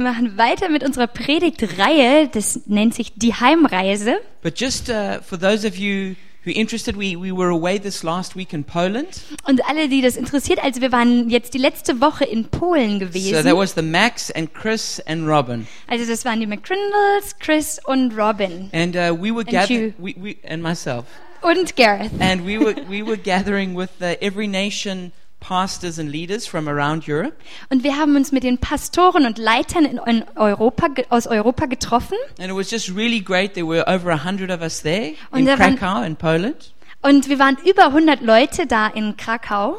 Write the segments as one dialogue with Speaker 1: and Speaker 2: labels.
Speaker 1: Wir machen weiter mit unserer Predigtreihe, das nennt sich die Heimreise.
Speaker 2: But just uh, for those of you who are interested, we, we were away this last week in Poland.
Speaker 1: Und alle, die das interessiert, also wir waren jetzt die letzte Woche in Polen
Speaker 2: So
Speaker 1: gewesen.
Speaker 2: that was the Max and Chris and Robin.
Speaker 1: also das waren die McCrindles, Chris und Robin
Speaker 2: And uh, we
Speaker 1: you.
Speaker 2: were gathering, we, we, and myself.
Speaker 1: und Gareth.
Speaker 2: And we were, we were gathering with uh, every nation pastors and leaders from around Europe.
Speaker 1: Und wir haben uns mit den Pastoren und Leitern in in Europa, ge- aus Europa getroffen.
Speaker 2: And it was just really great. There were over 100 of us there
Speaker 1: Und
Speaker 2: in
Speaker 1: da waren-
Speaker 2: Krakow in Poland.
Speaker 1: Und wir waren über 100 Leute da in Krakau.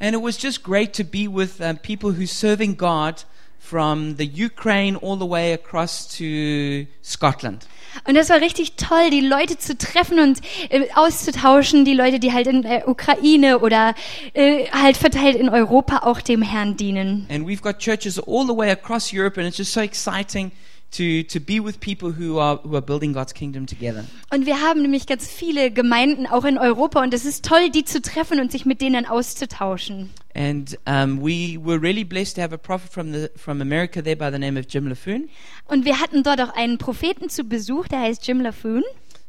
Speaker 2: And it was just great to be with um, people who's serving God from the Ukraine all the way across to Scotland.
Speaker 1: Und das war richtig toll, die Leute zu treffen und äh, auszutauschen, die Leute, die halt in der Ukraine oder äh, halt verteilt in Europa auch dem Herrn dienen.
Speaker 2: And we've got churches all the way across Europe, and it's just so exciting to, to be with people who are, who are building God's kingdom together.
Speaker 1: Und wir haben nämlich ganz viele Gemeinden auch in Europa und es ist toll, die zu treffen und sich mit denen auszutauschen.
Speaker 2: And um, we were really blessed to have a prophet from, the, from America there by the name of Jim LaFoon.
Speaker 1: Und wir hatten dort auch einen Propheten zu Besuch, der heißt Jim LaFoon.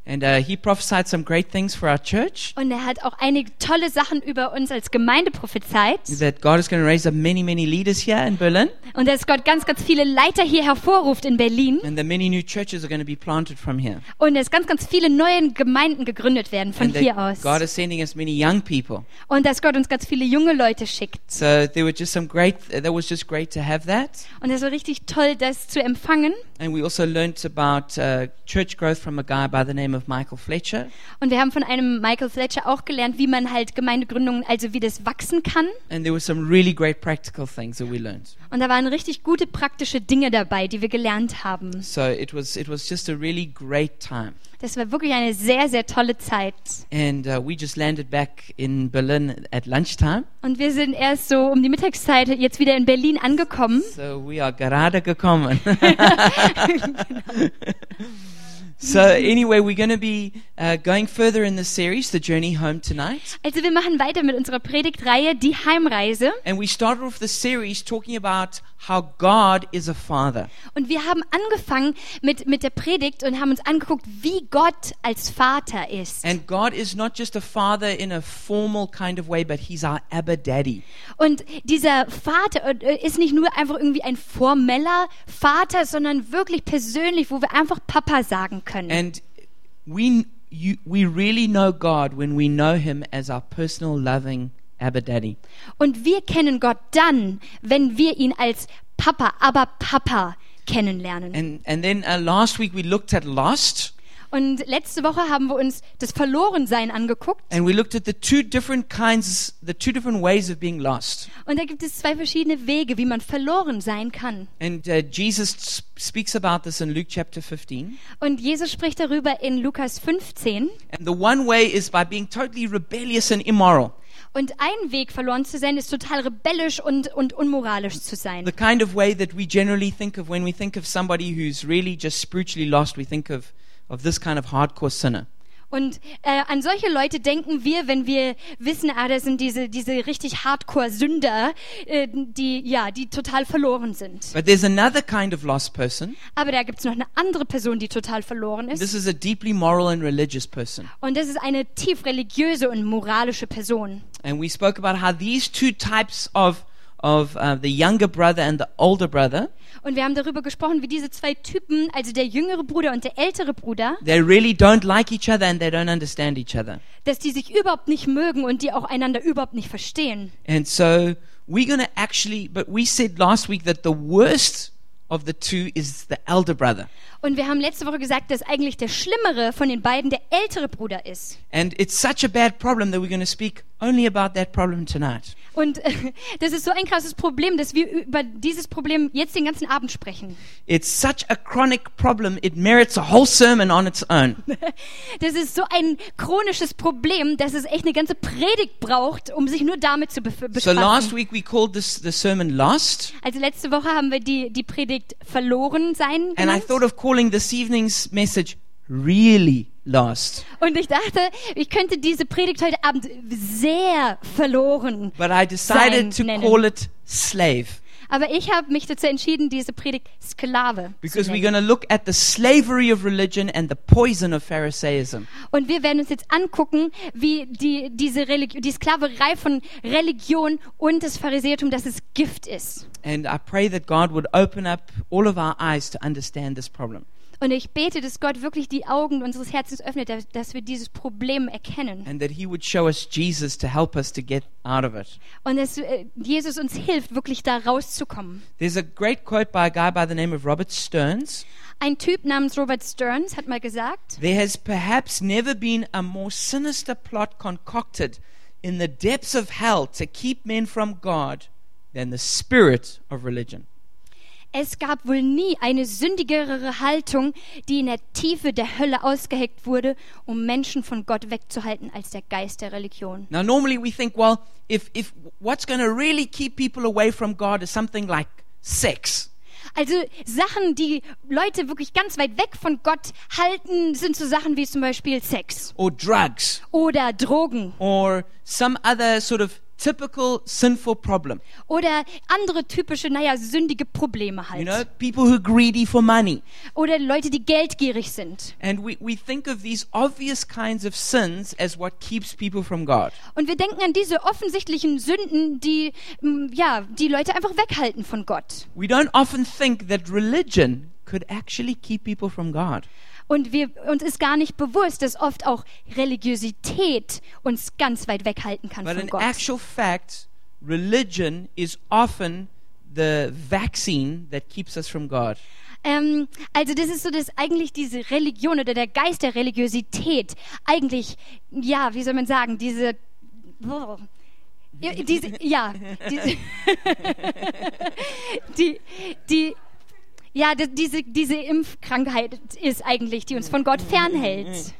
Speaker 2: And uh, he prophesied some great things for our church
Speaker 1: Und er hat auch einige tolle Sachen über uns als Gemeinde prophezeit.
Speaker 2: that God is going to raise up many, many leaders here in Berlin,
Speaker 1: Und dass Gott ganz, ganz viele Leiter hier hervorruft in Berlin.
Speaker 2: and that many new churches are going to be planted from here.
Speaker 1: Und dass ganz, ganz viele neue Gemeinden gegründet werden von
Speaker 2: And that
Speaker 1: hier aus.
Speaker 2: God is sending us many young people.
Speaker 1: Und dass Gott uns ganz viele junge Leute schickt.
Speaker 2: So there were just some great, that was just great to have that.
Speaker 1: Und das war richtig toll, das zu empfangen.
Speaker 2: And we also learnt about uh, church growth from a guy by the name of Michael Fletcher.
Speaker 1: Und wir haben von einem Michael Fletcher auch gelernt, wie man halt Gemeindegründungen, also wie das wachsen kann.
Speaker 2: And there were some really great practical things that we learnt.
Speaker 1: Und da waren richtig gute praktische Dinge dabei, die wir gelernt haben.
Speaker 2: So it was, it was just a really great time.
Speaker 1: Das war wirklich eine sehr, sehr tolle Zeit.
Speaker 2: And uh, we just landed back in Berlin at lunchtime.
Speaker 1: Und wir sind erst so um die Mittagszeit jetzt wieder in Berlin angekommen.
Speaker 2: So we are gerade gekommen. so anyway, we're going to be uh, going further in this series, The Journey Home tonight.
Speaker 1: Also wir machen weiter mit unserer Predigtreihe Die Heimreise.
Speaker 2: And we started off the series talking about how God is a father.
Speaker 1: Und wir haben angefangen mit, mit der Predigt und haben uns angeguckt, wie Gott als Vater ist.
Speaker 2: And God is not just a father in a formal kind of way, but He's our Abba Daddy.
Speaker 1: Und dieser Vater äh, ist nicht nur einfach irgendwie ein formeller Vater, sondern wirklich persönlich, wo wir einfach Papa sagen können.
Speaker 2: And we, you, we really know God when we know Him as our personal, loving Abba Daddy.
Speaker 1: Und wir kennen Gott dann, wenn wir ihn als Papa, aber Papa kennenlernen.
Speaker 2: And, and then uh, last week we looked at lost,
Speaker 1: Und letzte Woche haben wir uns das Verlorensein angeguckt.
Speaker 2: and we looked at the two different kinds, the two different ways of being lost.
Speaker 1: Und da gibt es zwei verschiedene Wege, wie man verloren sein kann.
Speaker 2: And uh, Jesus s- speaks about this in Luke chapter 15.
Speaker 1: Und Jesus spricht darüber in Lukas 15.
Speaker 2: And the one way is by being totally rebellious and immoral.
Speaker 1: Und ein Weg, verloren zu sein, ist total rebellisch und, und unmoralisch zu sein.
Speaker 2: The kind of way that we generally think of when we think of somebody who's really just spiritually lost, we think of, of this kind of hardcore sinner.
Speaker 1: Und äh, an solche Leute denken wir, wenn wir wissen, ah, das sind diese, diese richtig Hardcore-Sünder, äh, die, ja, die total verloren sind.
Speaker 2: But there's another kind of lost person.
Speaker 1: Aber da gibt's noch eine andere Person, die total verloren ist.
Speaker 2: This is a deeply moral and religious person.
Speaker 1: Und das ist eine tief religiöse und moralische Person.
Speaker 2: And we spoke about how these two types of, of uh, the younger brother and the older brother,
Speaker 1: Und wir haben darüber gesprochen, wie diese zwei Typen, also der jüngere Bruder und der ältere Bruder,
Speaker 2: they really don't like each other and they don't understand each other.
Speaker 1: dass die sich überhaupt nicht mögen und die auch einander überhaupt nicht verstehen.
Speaker 2: And so we're going to actually, but we said last week that the worst of the two is the elder brother.
Speaker 1: Und wir haben letzte Woche gesagt, dass eigentlich der schlimmere von den beiden der ältere Bruder ist.
Speaker 2: And it's such a bad problem that we're going to speak only about that problem tonight.
Speaker 1: Und äh, das ist so ein krasses Problem, dass wir über dieses Problem jetzt den ganzen Abend sprechen.
Speaker 2: It's such a chronic problem, it merits a whole sermon on its own.
Speaker 1: Das ist so ein chronisches Problem, dass es echt eine ganze Predigt braucht, um sich nur damit zu bef-
Speaker 2: so last
Speaker 1: befassen.
Speaker 2: week we called this the sermon Lost.
Speaker 1: Also letzte Woche haben wir die, die Predigt verloren sein
Speaker 2: And I
Speaker 1: genannt.
Speaker 2: thought of calling this evening's message Really Lost.
Speaker 1: Und ich dachte, ich könnte diese Predigt heute Abend sehr verloren.
Speaker 2: But I decided
Speaker 1: Sein
Speaker 2: to
Speaker 1: nennen.
Speaker 2: call it Slave.
Speaker 1: Aber ich habe mich dazu entschieden, diese Predigt Sklave
Speaker 2: because
Speaker 1: zu
Speaker 2: we're
Speaker 1: nennen.
Speaker 2: going to look at the slavery of religion and the poison of Pharisaism.
Speaker 1: Und wir werden uns jetzt angucken, wie die, diese Religi die Sklaverei von Religion und das Pharisäertum, dass es Gift ist.
Speaker 2: And I pray that God would open up all of our eyes to understand this problem.
Speaker 1: Und ich bete, dass Gott wirklich die Augen unseres Herzens öffnet, dass, dass wir dieses Problem erkennen.
Speaker 2: and that he would show us Jesus to help us to get out of it.
Speaker 1: Und dass äh, Jesus uns hilft, wirklich da rauszukommen.
Speaker 2: There's a great quote by a guy by the name of Robert Stearns.
Speaker 1: Ein Typ namens Robert Stearns hat mal gesagt,
Speaker 2: There has perhaps never been a more sinister plot concocted in the depths of hell to keep men from God than the spirit of religion.
Speaker 1: es gab wohl nie eine sündigere Haltung, die in der Tiefe der Hölle ausgeheckt wurde, um Menschen von Gott wegzuhalten, als der Geist der Religion.
Speaker 2: Now normally we think, well, if if what's going to really keep people away from God is something like sex.
Speaker 1: Also Sachen, die Leute wirklich ganz weit weg von Gott halten, sind so Sachen wie zum Beispiel Sex
Speaker 2: Or drugs,
Speaker 1: oder Drogen
Speaker 2: or some other sort of typical sinful problem.
Speaker 1: oder andere typische, naja, sündige Probleme
Speaker 2: You
Speaker 1: halt.
Speaker 2: know, people who are greedy for money.
Speaker 1: Oder Leute, die geldgierig sind.
Speaker 2: And we, we think of these obvious kinds of sins as what keeps people from God.
Speaker 1: Und wir denken an diese offensichtlichen Sünden, die, mm, ja, die Leute einfach weghalten von Gott.
Speaker 2: We don't often think that religion could actually keep people from God.
Speaker 1: Und wir, uns ist gar nicht bewusst, dass oft auch Religiosität uns ganz weit weghalten kann
Speaker 2: But
Speaker 1: von
Speaker 2: in
Speaker 1: Gott.
Speaker 2: actual fact, religion is often the vaccine that keeps us from God.
Speaker 1: Ähm, also das ist so, dass eigentlich diese Religion oder der Geist der Religiosität eigentlich, ja, wie soll man sagen, diese, Ja, diese ja, diese, die, die, ja, die- diese, diese Impfkrankheit ist eigentlich, die uns von Gott fernhält.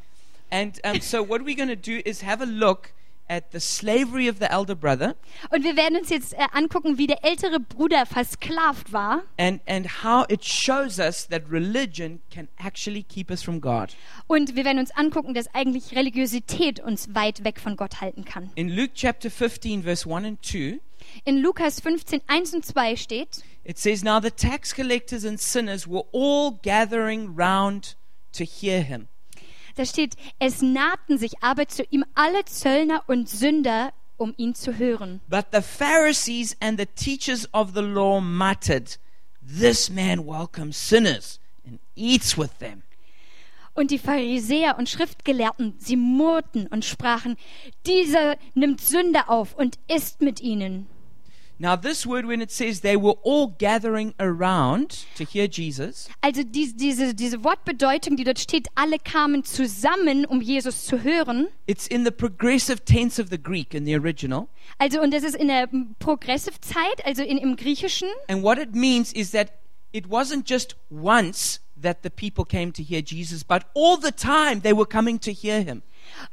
Speaker 2: And um, so, what we're going to do is have a look at the slavery of the elder brother
Speaker 1: Und wir werden uns jetzt äh, angucken, wie der ältere Bruder versklavt war
Speaker 2: and, and how it shows us that religion can actually keep us from God.
Speaker 1: und wir werden uns angucken, dass eigentlich Religiosität uns weit weg von Gott halten kann.
Speaker 2: In Luke chapter 15, verse 1 and 2,
Speaker 1: In Lukas 15, 1 und 2 steht,
Speaker 2: It says, Now the tax collectors and sinners were all gathering round to hear him.
Speaker 1: Da steht, es nahten sich aber zu ihm alle Zöllner und Sünder, um ihn zu hören.
Speaker 2: But the Pharisees and the teachers of the law muttered, This man welcomes sinners and eats with them.
Speaker 1: Und die Pharisäer und Schriftgelehrten, sie murrten und sprachen, dieser nimmt Sünder auf und isst mit ihnen.
Speaker 2: Now, this word, when it says they were all gathering around to hear Jesus,
Speaker 1: Also die, diese, diese Wortbedeutung, die dort steht, alle kamen zusammen, um Jesus zu hören.
Speaker 2: it's in the progressive tense of the Greek in the original.
Speaker 1: Also, und das ist in der Progressivzeit, also in, im Griechischen.
Speaker 2: And what it means is that it wasn't just once that the people came to hear Jesus, but all the time they were coming to hear him.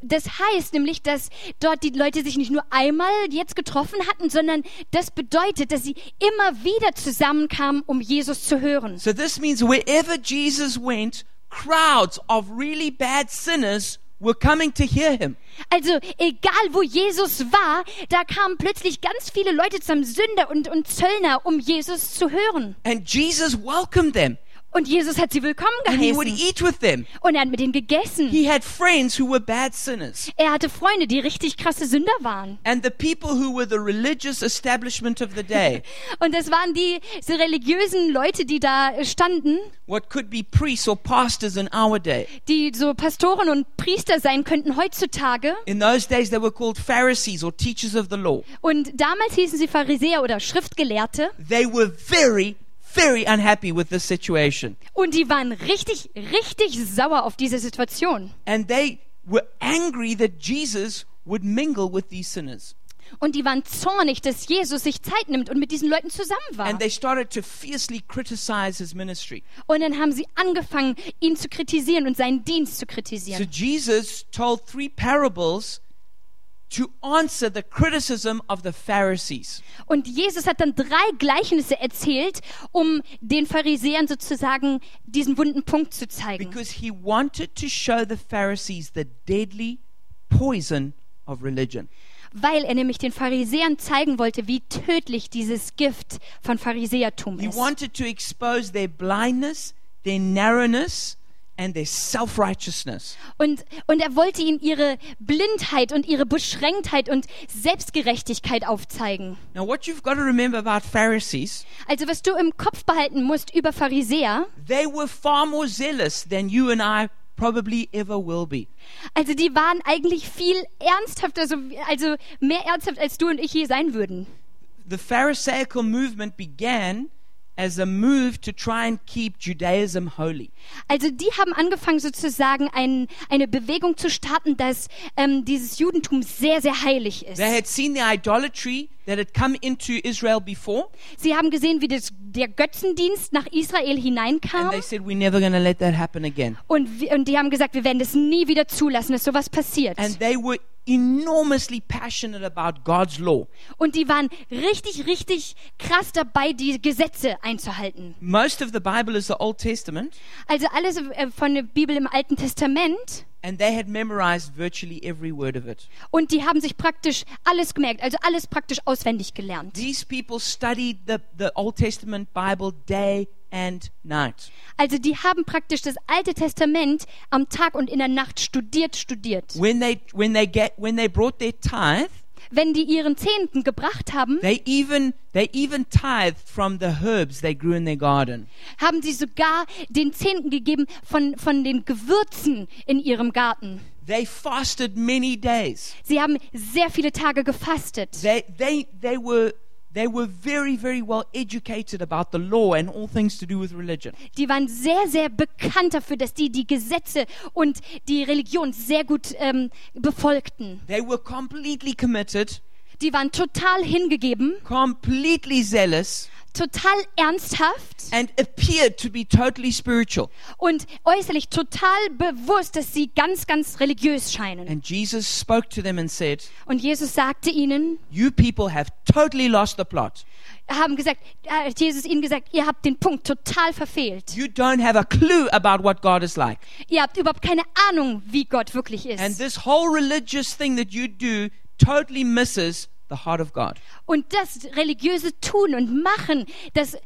Speaker 1: Das heißt nämlich, dass dort die Leute sich nicht nur einmal jetzt getroffen hatten, sondern das bedeutet, dass sie immer wieder zusammenkamen, um Jesus zu hören.
Speaker 2: So this means wherever Jesus went, crowds of really bad sinners were coming to hear him.
Speaker 1: Also egal wo Jesus war, da kamen plötzlich ganz viele Leute zusammen, Sünder und, und Zöllner, um Jesus zu hören.
Speaker 2: And Jesus welcomed them.
Speaker 1: Und Jesus hat sie willkommen
Speaker 2: And he would
Speaker 1: geheißen.
Speaker 2: eat with them.
Speaker 1: Und er hat mit ihnen gegessen.
Speaker 2: He had friends who were bad sinners.
Speaker 1: Er hatte Freunde, die richtig krasse Sünder waren.
Speaker 2: And the people who were the religious establishment of the day,
Speaker 1: Und das waren die, diese religiösen Leute, die da äh, standen,
Speaker 2: what could be priests or pastors in our day.
Speaker 1: die so Pastoren und Priester sein könnten heutzutage.
Speaker 2: In those days, they were called Pharisees or teachers of the law.
Speaker 1: Und damals hießen sie Pharisäer oder Schriftgelehrte
Speaker 2: They were very, very unhappy with this situation.
Speaker 1: und die waren richtig, richtig sauer auf diese Situation.
Speaker 2: And they were angry that Jesus would mingle with these sinners.
Speaker 1: Und die waren zornig, dass Jesus sich Zeit nimmt und mit diesen Leuten zusammen war.
Speaker 2: And they started to fiercely criticize his ministry.
Speaker 1: Und dann haben sie angefangen, ihn zu kritisieren und seinen Dienst zu
Speaker 2: So
Speaker 1: kritisieren.
Speaker 2: Jesus told three parables to answer the criticism of the Pharisees.
Speaker 1: Und Jesus hat dann drei Gleichnisse erzählt, um den Pharisäern sozusagen diesen wunden Punkt zu zeigen.
Speaker 2: Because he wanted to show the Pharisees the deadly poison of religion.
Speaker 1: weil er nämlich den Pharisäern zeigen wollte, wie tödlich dieses Gift von Pharisäertum
Speaker 2: He
Speaker 1: ist.
Speaker 2: wanted to expose their blindness, their narrowness, and their self righteousness.
Speaker 1: Und, und er wollte ihnen ihre Blindheit und ihre Beschränktheit und Selbstgerechtigkeit aufzeigen.
Speaker 2: Now, what you've got to remember about Pharisees,
Speaker 1: Also was du im Kopf behalten musst über Pharisäer,
Speaker 2: they were far more zealous than you and I probably ever will be.
Speaker 1: also die waren eigentlich viel ernsthafter, so, also mehr ernsthaft als du und ich je sein würden.
Speaker 2: The Pharisaical movement began as a move to try and keep Judaism holy.
Speaker 1: Also die haben angefangen sozusagen ein, eine Bewegung zu starten, dass ähm, dieses Judentum sehr, sehr heilig ist.
Speaker 2: They had seen the idolatry that had come into Israel before,
Speaker 1: Sie haben gesehen, wie das, der Götzendienst nach Israel
Speaker 2: and
Speaker 1: hineinkam.
Speaker 2: they said, We're never going to let that happen again.
Speaker 1: Und, wir- und die haben gesagt, wir werden das nie wieder zulassen, dass sowas passiert.
Speaker 2: And they were enormously passionate about God's law.
Speaker 1: Und die waren richtig, richtig krass dabei, die Gesetze einzuhalten.
Speaker 2: Most of the Bible is the Old Testament,
Speaker 1: Also alles äh, von der Bibel im Alten Testament.
Speaker 2: and they had memorized virtually every word of it.
Speaker 1: Und die haben sich praktisch alles gemerkt, also alles praktisch auswendig gelernt.
Speaker 2: These people studied the, the Old Testament Bible day and night.
Speaker 1: Also die haben praktisch das Alte Testament am Tag und in der Nacht studiert, studiert.
Speaker 2: When they, when they, get, when they brought their tithe,
Speaker 1: Wenn die ihren Zehnten gebracht haben,
Speaker 2: they even, they even tithed from the herbs they grew in their garden.
Speaker 1: haben sie sogar den Zehnten gegeben von, von den Gewürzen in ihrem Garten.
Speaker 2: They fasted many days.
Speaker 1: Sie haben sehr viele Tage gefastet.
Speaker 2: They, they, they, were, they were very, very well educated about the law and all things to do with religion.
Speaker 1: die waren sehr, sehr bekannt dafür, dass die die Gesetze und die Religion sehr gut ähm, befolgten.
Speaker 2: They were completely committed,
Speaker 1: Die waren total hingegeben,
Speaker 2: completely zealous,
Speaker 1: total ernsthaft
Speaker 2: and appeared to be totally spiritual.
Speaker 1: und äußerlich total bewusst, dass sie ganz, ganz religiös scheinen.
Speaker 2: And Jesus spoke to them and said,
Speaker 1: Und Jesus sagte ihnen,
Speaker 2: You people have totally lost the plot.
Speaker 1: haben gesagt, äh, hat Jesus ihnen gesagt, ihr habt den Punkt total verfehlt.
Speaker 2: You don't have a clue about what God is like.
Speaker 1: Ihr habt überhaupt keine Ahnung, wie Gott wirklich
Speaker 2: And
Speaker 1: ist.
Speaker 2: this whole religious thing that you do totally misses the heart of God.
Speaker 1: Und das religiöse Tun und Machen, das,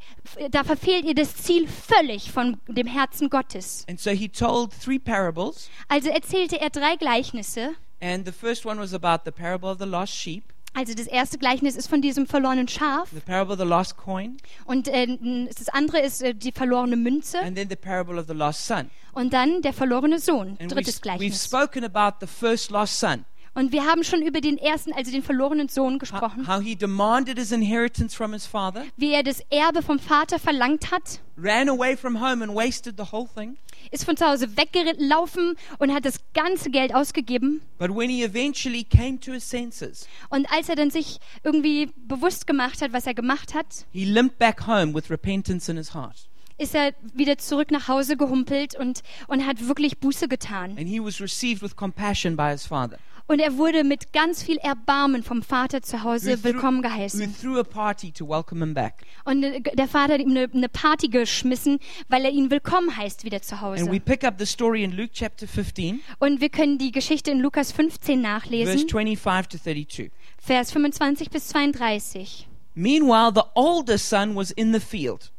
Speaker 1: da verfehlt ihr das Ziel völlig von dem Herzen Gottes.
Speaker 2: And so he told three parables.
Speaker 1: Also erzählte er drei Gleichnisse.
Speaker 2: And the first one was about the parable of the lost sheep,
Speaker 1: Also das erste Gleichnis ist von diesem verlorenen Schaf
Speaker 2: the parable of the lost coin,
Speaker 1: und äh, das andere ist äh, die verlorene Münze
Speaker 2: and then the parable of the lost son.
Speaker 1: und dann der verlorene Sohn.
Speaker 2: And
Speaker 1: Drittes
Speaker 2: we've, we've
Speaker 1: Gleichnis.
Speaker 2: spoken about the first lost son,
Speaker 1: Und wir haben schon über den ersten, also den verlorenen Sohn
Speaker 2: how,
Speaker 1: gesprochen,
Speaker 2: how he demanded his inheritance from his father,
Speaker 1: wie er das Erbe vom Vater verlangt hat,
Speaker 2: ran away from home and wasted the whole thing.
Speaker 1: ist von zu Hause weggelaufen und hat das ganze Geld ausgegeben.
Speaker 2: But when he eventually came to his senses,
Speaker 1: Und als er dann sich irgendwie bewusst gemacht hat, was er gemacht hat,
Speaker 2: he limped back home with repentance in his heart.
Speaker 1: ist er wieder zurück nach Hause gehumpelt und, und hat wirklich Buße getan.
Speaker 2: And he was received with compassion by his father,
Speaker 1: Und er wurde mit ganz viel Erbarmen vom Vater zu Hause willkommen
Speaker 2: who
Speaker 1: geheißen.
Speaker 2: threw a party to welcome him back.
Speaker 1: Und äh, der Vater hat ihm eine, eine Party geschmissen, weil er ihn willkommen heißt wieder zu
Speaker 2: And we
Speaker 1: Hause.
Speaker 2: pick up the story in Luke chapter 15,
Speaker 1: Und wir können die Geschichte in Lukas 15
Speaker 2: verse
Speaker 1: nachlesen,
Speaker 2: 25 to 32.
Speaker 1: Vers 25 bis 32.
Speaker 2: Meanwhile, the older son was in the field.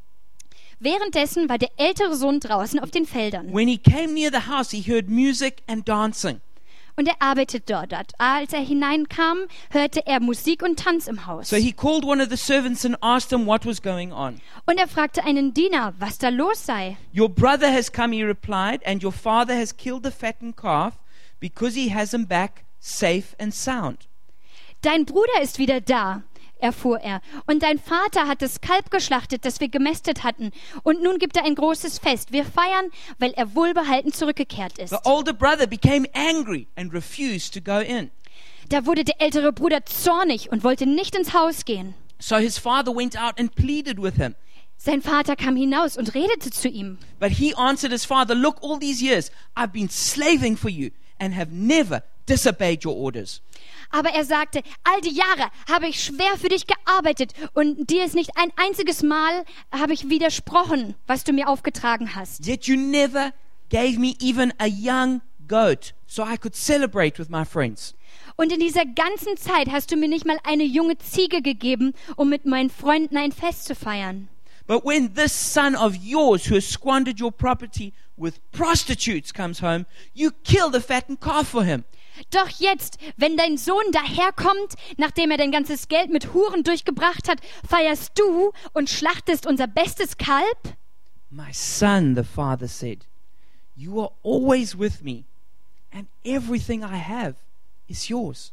Speaker 1: Währenddessen war der ältere Sohn draußen auf den Feldern
Speaker 2: When he came near the house, he heard music and dancing.
Speaker 1: und er arbeitete dort. Als er hineinkam, hörte er Musik und Tanz im Haus.
Speaker 2: So he called one of the servants and asked him what was going on.
Speaker 1: Und er fragte einen Diener, was da los sei.
Speaker 2: Your brother has come, he replied, and your father has killed the fattened calf because he has him back safe and sound.
Speaker 1: Dein Bruder ist wieder da, erfuhr er. Und dein Vater hat das Kalb geschlachtet, das wir gemästet hatten. Und nun gibt er ein großes Fest. Wir feiern, weil er wohlbehalten zurückgekehrt ist.
Speaker 2: The older brother became angry and refused to go in.
Speaker 1: Da wurde der ältere Bruder zornig und wollte nicht ins Haus gehen.
Speaker 2: So his father went out and pleaded with him.
Speaker 1: Sein Vater kam hinaus und redete zu ihm.
Speaker 2: But he answered his father, Look, all these years I've been slaving for you and have never disobeyed your orders.
Speaker 1: Aber er sagte, all die Jahre habe ich schwer für dich gearbeitet und dir ist nicht ein einziges Mal habe ich widersprochen, was du mir aufgetragen hast.
Speaker 2: Yet you never gave me even a young goat so I could celebrate with my friends.
Speaker 1: Und in dieser ganzen Zeit hast du mir nicht mal eine junge Ziege gegeben, um mit meinen Freunden ein Fest zu feiern.
Speaker 2: But when this son of yours who has squandered your property with prostitutes comes home, you kill the fattened calf for him.
Speaker 1: Doch jetzt, wenn dein Sohn daherkommt, nachdem er dein ganzes Geld mit Huren durchgebracht hat, feierst du und schlachtest unser bestes Kalb?
Speaker 2: My son, the father said, You are always with me, and everything I have is yours.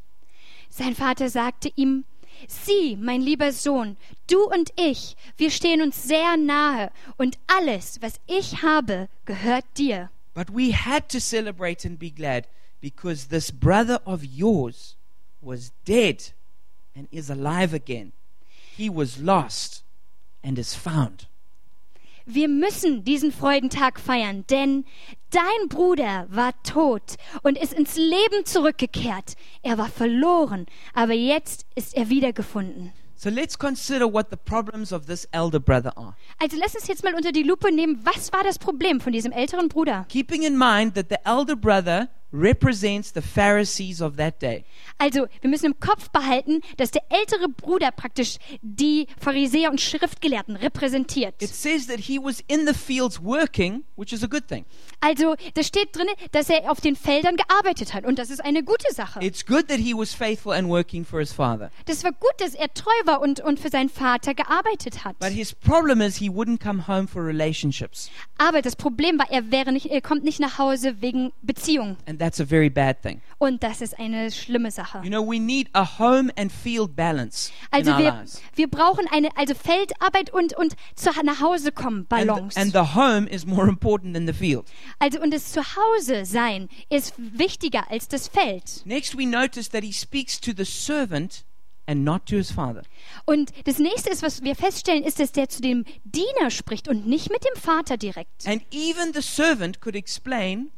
Speaker 1: Sein Vater sagte ihm, Sieh, mein lieber Sohn, du und ich, wir stehen uns sehr nahe, und alles, was ich habe, gehört dir.
Speaker 2: But we had to celebrate and be glad because this brother of yours was dead and is alive again. He was lost and is found.
Speaker 1: Wir müssen diesen Freudentag feiern, denn dein Bruder war tot und ist ins Leben zurückgekehrt. Er war verloren, aber jetzt ist er wiedergefunden.
Speaker 2: So let's consider what the problems of this elder brother are.
Speaker 1: Also lass uns jetzt mal unter die Lupe nehmen, was war das Problem von diesem älteren Bruder?
Speaker 2: Keeping in mind that the elder brother represents the Pharisees of that day.
Speaker 1: Also, wir müssen im Kopf behalten, dass der ältere Bruder praktisch die Pharisäer und Schriftgelehrten repräsentiert.
Speaker 2: It says that he was in the fields working, which is a good thing.
Speaker 1: Also, da steht drin, dass er auf den Feldern gearbeitet hat und das ist eine gute Sache.
Speaker 2: It's good that he was faithful and working for his father.
Speaker 1: Das war gut, dass er treu war und, und für seinen Vater gearbeitet hat.
Speaker 2: But his problem is he wouldn't come home for relationships,
Speaker 1: Aber das Problem war, er, wäre nicht, er kommt nicht nach Hause wegen Beziehung.
Speaker 2: and that's a very bad thing.
Speaker 1: Und das ist eine schlimme Sache.
Speaker 2: You know, we need a home and field balance in
Speaker 1: Also
Speaker 2: our
Speaker 1: wir,
Speaker 2: lives.
Speaker 1: wir brauchen eine also Feldarbeit und, und zu, nach Hause kommen,
Speaker 2: And,
Speaker 1: Balance.
Speaker 2: and the home is more important than the field.
Speaker 1: also und das Zuhause sein ist wichtiger als das Feld.
Speaker 2: Next, we notice that he speaks to the servant and not to his father.
Speaker 1: Und das nächste ist, was wir feststellen, ist, dass der zu dem Diener spricht und nicht mit dem Vater direkt.
Speaker 2: And even the servant could explain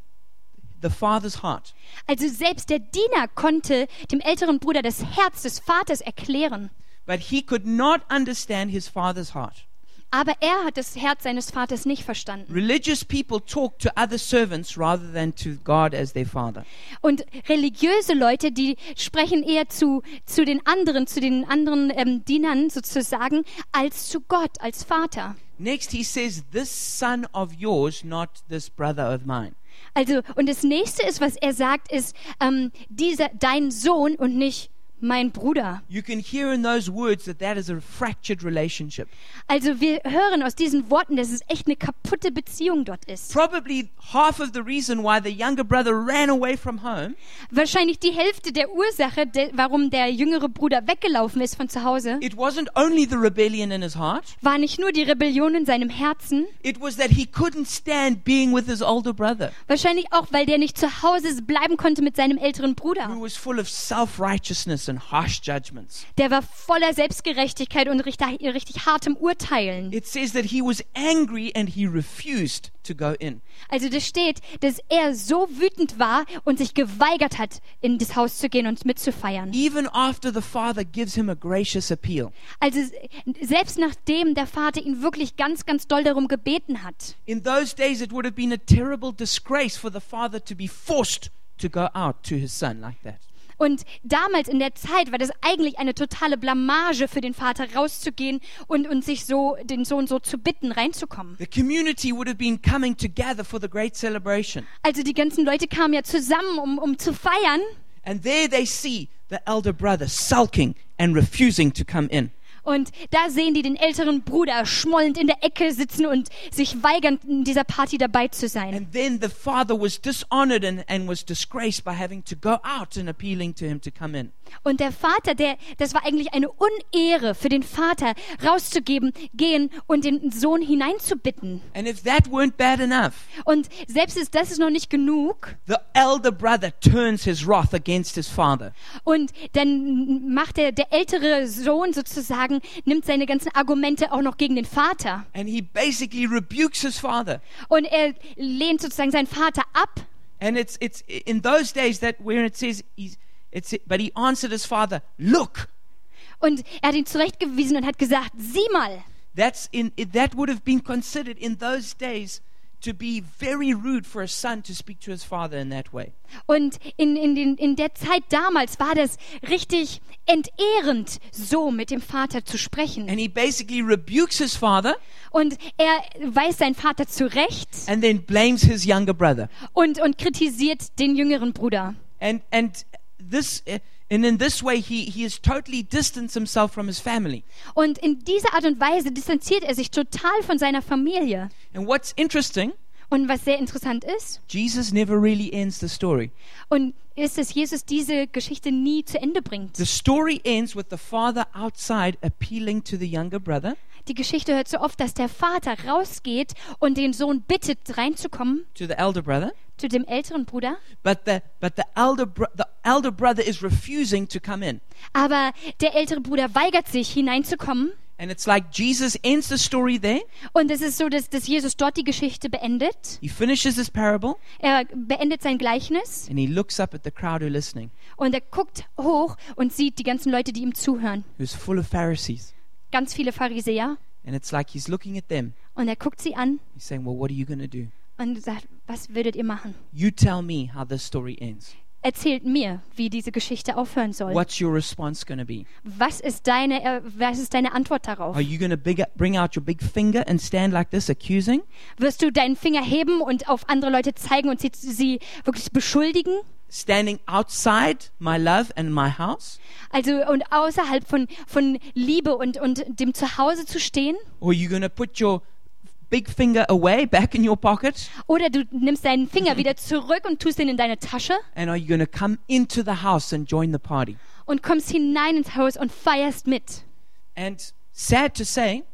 Speaker 2: the father's heart.
Speaker 1: Also selbst der Diener konnte dem älteren Bruder das Herz des Vaters erklären.
Speaker 2: But he could not understand his father's heart.
Speaker 1: Aber er hat das Herz seines Vaters nicht verstanden.
Speaker 2: Religious people talk to other servants rather than to God as their father.
Speaker 1: Und religiöse Leute, die sprechen eher zu, zu den anderen, zu den anderen ähm, Dienern sozusagen, als zu Gott, als Vater.
Speaker 2: Next, he says, This son of yours, not this brother of mine.
Speaker 1: Also, und das nächste ist, was er sagt, ist, ähm, dieser, dein Sohn und nicht mein Bruder.
Speaker 2: You can hear in those words that that is a fractured relationship.
Speaker 1: Also, wir hören aus diesen Worten, dass es echt eine kaputte Beziehung dort ist.
Speaker 2: Probably half of the reason why the younger brother ran away from home
Speaker 1: Wahrscheinlich die Hälfte der Ursache, de warum der jüngere Bruder weggelaufen ist von zu Hause,
Speaker 2: It wasn't only the rebellion in his heart,
Speaker 1: war nicht nur die Rebellion in seinem Herzen,
Speaker 2: it was that he couldn't stand being with his older brother,
Speaker 1: wahrscheinlich auch, weil der nicht zu Hause bleiben konnte mit seinem älteren Bruder.
Speaker 2: who was full of self righteousness and harsh judgments.
Speaker 1: Der war voller Selbstgerechtigkeit und richtig, richtig hartem Urteilen.
Speaker 2: It says that he was angry and he refused to go in.
Speaker 1: Also da steht, dass er so wütend war und sich geweigert hat, in das Haus zu gehen und mitzufeiern.
Speaker 2: Even after the father gives him a gracious appeal.
Speaker 1: Also s- selbst nachdem der Vater ihn wirklich ganz, ganz doll darum gebeten hat.
Speaker 2: In those days, it would have been a terrible disgrace for the father to be forced to go out to his son like that.
Speaker 1: Und damals in der Zeit war das eigentlich eine totale Blamage für den Vater, rauszugehen und, und sich so, den Sohn so zu bitten, reinzukommen.
Speaker 2: The community would have been coming together for the great celebration.
Speaker 1: Also die ganzen Leute kamen ja zusammen, um, um zu feiern.
Speaker 2: And there they see the elder brother sulking and refusing to come in.
Speaker 1: Und da sehen die den älteren Bruder schmollend in der Ecke sitzen und sich weigern, in dieser Party dabei zu sein.
Speaker 2: And then the father was dishonored and, and was disgraced by having to go out and appealing to him to come in.
Speaker 1: Und der Vater, der, das war eigentlich eine Unehre für den Vater, rauszugeben, gehen und den Sohn hineinzubitten.
Speaker 2: And if that weren't bad enough,
Speaker 1: Und selbst ist das ist noch nicht genug.
Speaker 2: the elder brother turns his wrath against his father.
Speaker 1: Und dann macht der, der ältere Sohn sozusagen, nimmt seine ganzen Argumente auch noch gegen den Vater.
Speaker 2: And he basically rebukes his father.
Speaker 1: Und er lehnt sozusagen seinen Vater ab.
Speaker 2: And it's, it's in those days that where it says, he's, it's, but he answered his father, Look,
Speaker 1: Und er hat ihn zurechtgewiesen und hat gesagt, sieh mal.
Speaker 2: that's in, it, that would have been considered in those days to be very rude for a son to speak to his father in that way.
Speaker 1: Und in, in, den, in der Zeit damals war das richtig entehrend, so mit dem Vater zu sprechen.
Speaker 2: And he basically rebukes his father
Speaker 1: Und er weist seinen Vater zurecht
Speaker 2: and then blames his younger brother.
Speaker 1: und, und kritisiert den jüngeren Bruder.
Speaker 2: And and this eh, and in this way he he has totally distanced himself from his family.
Speaker 1: Und in dieser Art und Weise distanziert er sich total von seiner Familie.
Speaker 2: And what's interesting,
Speaker 1: Und was sehr interessant ist,
Speaker 2: Jesus never really ends the story.
Speaker 1: und ist, dass Jesus diese Geschichte nie zu Ende bringt.
Speaker 2: The story ends with the father outside appealing to the younger brother
Speaker 1: Die Geschichte hört so oft, dass der Vater rausgeht und den Sohn bittet, reinzukommen
Speaker 2: to the elder brother,
Speaker 1: zu dem älteren Bruder.
Speaker 2: but the but the elder bro- the elder brother is refusing to come in.
Speaker 1: Aber der ältere Bruder weigert sich, hineinzukommen.
Speaker 2: And it's like Jesus ends the story there.
Speaker 1: Und es ist so, dass, dass Jesus dort die Geschichte beendet.
Speaker 2: He finishes his parable
Speaker 1: Er beendet sein Gleichnis
Speaker 2: and he looks up at the crowd who are listening,
Speaker 1: und er guckt hoch und sieht die ganzen Leute, die ihm zuhören.
Speaker 2: who's full of Pharisees.
Speaker 1: Ganz viele Pharisäer.
Speaker 2: And it's like he's looking at them.
Speaker 1: Und er guckt sie an
Speaker 2: He's saying, Well, what are you going to do?
Speaker 1: und sagt, was würdet ihr machen?
Speaker 2: You tell me how this story ends.
Speaker 1: Erzählt mir, wie diese Geschichte aufhören soll.
Speaker 2: What's your response going to be?
Speaker 1: Was ist deine, äh, was ist deine Antwort darauf?
Speaker 2: Are you going to bring out your big finger and stand like this, accusing?
Speaker 1: Wirst du deinen Finger heben und auf andere Leute zeigen und sie, sie wirklich beschuldigen?
Speaker 2: Standing outside my love and my house?
Speaker 1: Also und außerhalb von, von Liebe und, und dem Zuhause zu stehen?
Speaker 2: Or are you going to put your big finger away back in your pocket?
Speaker 1: Oder du nimmst deinen Finger
Speaker 2: Mhm.
Speaker 1: wieder zurück und tust ihn in deine Tasche
Speaker 2: And are you going to come into the house and join the party?
Speaker 1: und kommst hinein ins Haus und feierst mit.
Speaker 2: And sad to say,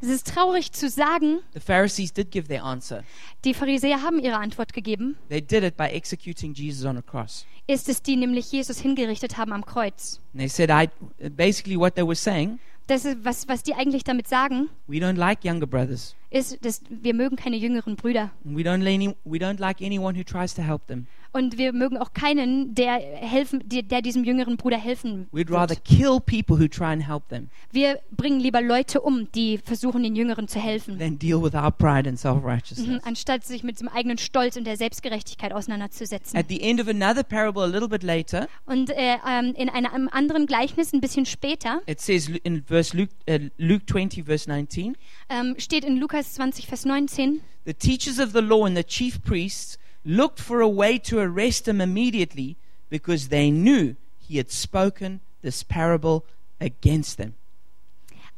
Speaker 1: Es ist traurig zu sagen,
Speaker 2: the Pharisees did give their answer.
Speaker 1: die Pharisäer haben ihre Antwort gegeben,
Speaker 2: They did it by executing Jesus on a cross.
Speaker 1: ist es die nämlich Jesus hingerichtet haben am Kreuz.
Speaker 2: And they said, I basically what they were saying,
Speaker 1: Das ist, was, was die eigentlich damit sagen,
Speaker 2: we don't like younger brothers.
Speaker 1: ist, dass wir mögen keine jüngeren Brüder.
Speaker 2: And we don't, any, we don't like anyone who tries to help them.
Speaker 1: Und wir mögen auch keinen, der, helfen, der, der diesem jüngeren Bruder helfen
Speaker 2: We'd
Speaker 1: wird.
Speaker 2: rather kill people who try and help them
Speaker 1: Wir bringen lieber Leute um, die versuchen, den Jüngeren zu helfen,
Speaker 2: than deal with our pride and self
Speaker 1: mhm,
Speaker 2: righteousness.
Speaker 1: anstatt sich mit dem eigenen Stolz und der Selbstgerechtigkeit auseinanderzusetzen.
Speaker 2: At the end of another parable, a little bit later,
Speaker 1: Und äh, ähm, in einer- einem anderen Gleichnis, ein bisschen später,
Speaker 2: it says lu- in verse Luke, uh, Luke 20, verse 19,
Speaker 1: ähm, steht in Lukas 20, Vers 19,
Speaker 2: the teachers of the law and the chief priests looked for a way to arrest him immediately because they knew he had spoken this parable against them.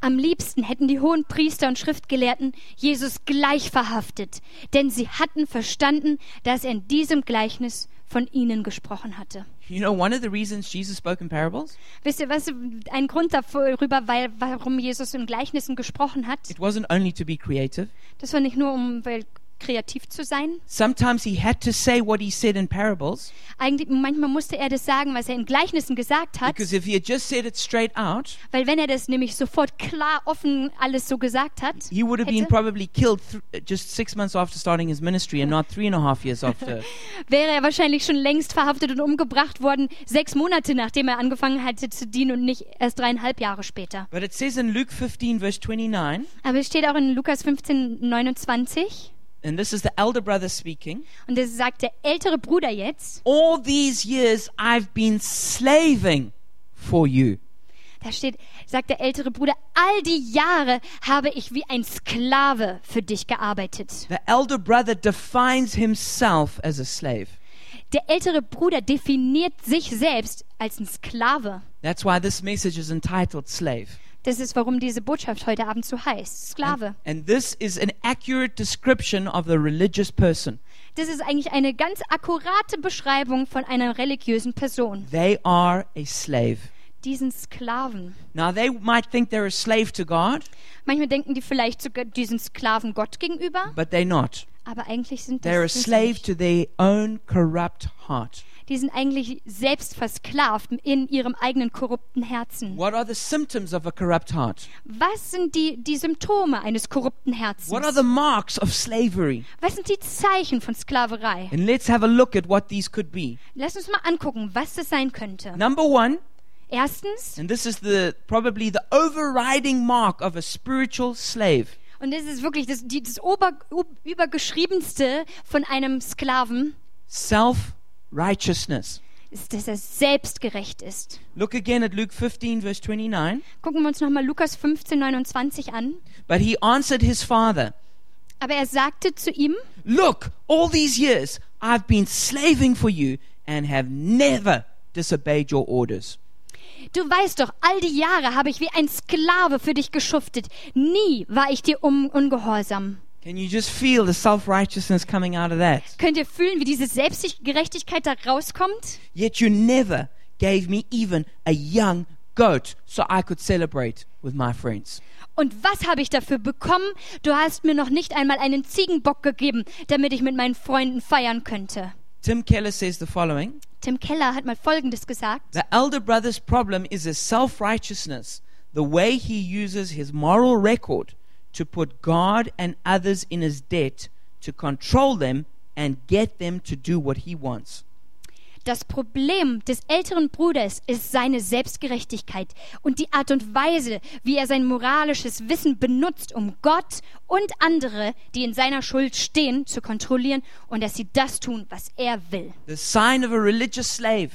Speaker 1: Am liebsten hätten die hohen Priester und Schriftgelehrten Jesus gleich verhaftet, denn sie hatten verstanden, dass er in diesem Gleichnis von ihnen gesprochen hatte.
Speaker 2: You know, one of the reasons Jesus spoke in parables,
Speaker 1: Wisst ihr, was ein Grund darüber, weil, warum Jesus in Gleichnissen gesprochen hat?
Speaker 2: it wasn't only to be creative.
Speaker 1: Das war nicht nur, um weil, kreativ zu sein.
Speaker 2: Sometimes he had to say what he said in parables
Speaker 1: Eigentlich, manchmal musste er das sagen, was er in Gleichnissen gesagt hat,
Speaker 2: because if he had just said it straight out,
Speaker 1: weil wenn er das nämlich sofort klar, offen alles so gesagt hat,
Speaker 2: he would have been
Speaker 1: hätte,
Speaker 2: probably killed th- just six months after starting his ministry and not three and a half years after.
Speaker 1: wäre er wahrscheinlich schon längst verhaftet und umgebracht worden, sechs Monate nachdem er angefangen hatte zu dienen und nicht erst dreieinhalb Jahre später.
Speaker 2: But it says in Luke 15, verse 29,
Speaker 1: Aber es steht auch in Lukas 15, 29,
Speaker 2: and this is the elder brother speaking.
Speaker 1: und das sagt der ältere Bruder jetzt,
Speaker 2: All these years I've been slaving for you.
Speaker 1: da steht, sagt der ältere Bruder, all die Jahre habe ich wie ein Sklave für dich gearbeitet.
Speaker 2: The elder brother defines himself as a slave.
Speaker 1: Der ältere Bruder definiert sich selbst als ein Sklave.
Speaker 2: That's why this message is entitled Slave.
Speaker 1: Das ist, warum diese Botschaft heute Abend so heißt. Sklave.
Speaker 2: And this is an accurate description of the religious person.
Speaker 1: Das ist eigentlich eine ganz akkurate Beschreibung von einer religiösen Person.
Speaker 2: They are a slave.
Speaker 1: Diesen Sklaven.
Speaker 2: Now, they might think they're a slave to God,
Speaker 1: Manchmal denken die vielleicht sogar diesen Sklaven Gott gegenüber,
Speaker 2: but they're not.
Speaker 1: aber eigentlich sind das
Speaker 2: They're a
Speaker 1: das
Speaker 2: slave
Speaker 1: nicht.
Speaker 2: to their own corrupt heart.
Speaker 1: Die sind eigentlich selbst versklavt in ihrem eigenen korrupten Herzen.
Speaker 2: What are the symptoms of a corrupt heart?
Speaker 1: Was sind die, die Symptome eines korrupten Herzens?
Speaker 2: What are the marks of slavery?
Speaker 1: Was sind die Zeichen von Sklaverei?
Speaker 2: And let's have a look at what these could be.
Speaker 1: Lass uns mal angucken, was das sein könnte.
Speaker 2: Number one,
Speaker 1: Erstens,
Speaker 2: and this is the probably the overriding mark of a spiritual slave,
Speaker 1: Und das ist wirklich das, die, das Ober, Ub- Übergeschriebenste von einem Sklaven,
Speaker 2: Self righteousness.
Speaker 1: ist, dass er selbstgerecht ist.
Speaker 2: Look again at Luke 15, verse 29.
Speaker 1: Gucken wir uns nochmal Lukas 15, 29 an.
Speaker 2: But he answered his father,
Speaker 1: Aber er sagte zu ihm,
Speaker 2: Look, all these years I've been slaving for you and have never disobeyed your orders.
Speaker 1: Du weißt doch, all die Jahre habe ich wie ein Sklave für dich geschuftet. Nie war ich dir um ungehorsam.
Speaker 2: Can you just feel the self righteousness coming out of that?
Speaker 1: Könnt ihr fühlen, wie diese Selbstgerechtigkeit da rauskommt?
Speaker 2: Yet you never gave me even a young goat so I could celebrate with my friends.
Speaker 1: Und was habe ich dafür bekommen? Du hast mir noch nicht einmal einen Ziegenbock gegeben, damit ich mit meinen Freunden feiern könnte.
Speaker 2: Tim Keller says the following
Speaker 1: Tim Keller hat mal Folgendes gesagt.
Speaker 2: The elder brother's problem is his self righteousness, the way he uses his moral record to put God and others in his debt, to control them and get them to do what he wants.
Speaker 1: Das Problem des älteren Bruders ist seine Selbstgerechtigkeit und die Art und Weise, wie er sein moralisches Wissen benutzt, um Gott und andere, die in seiner Schuld stehen, zu kontrollieren und dass sie das tun, was er will.
Speaker 2: The sign of a religious slave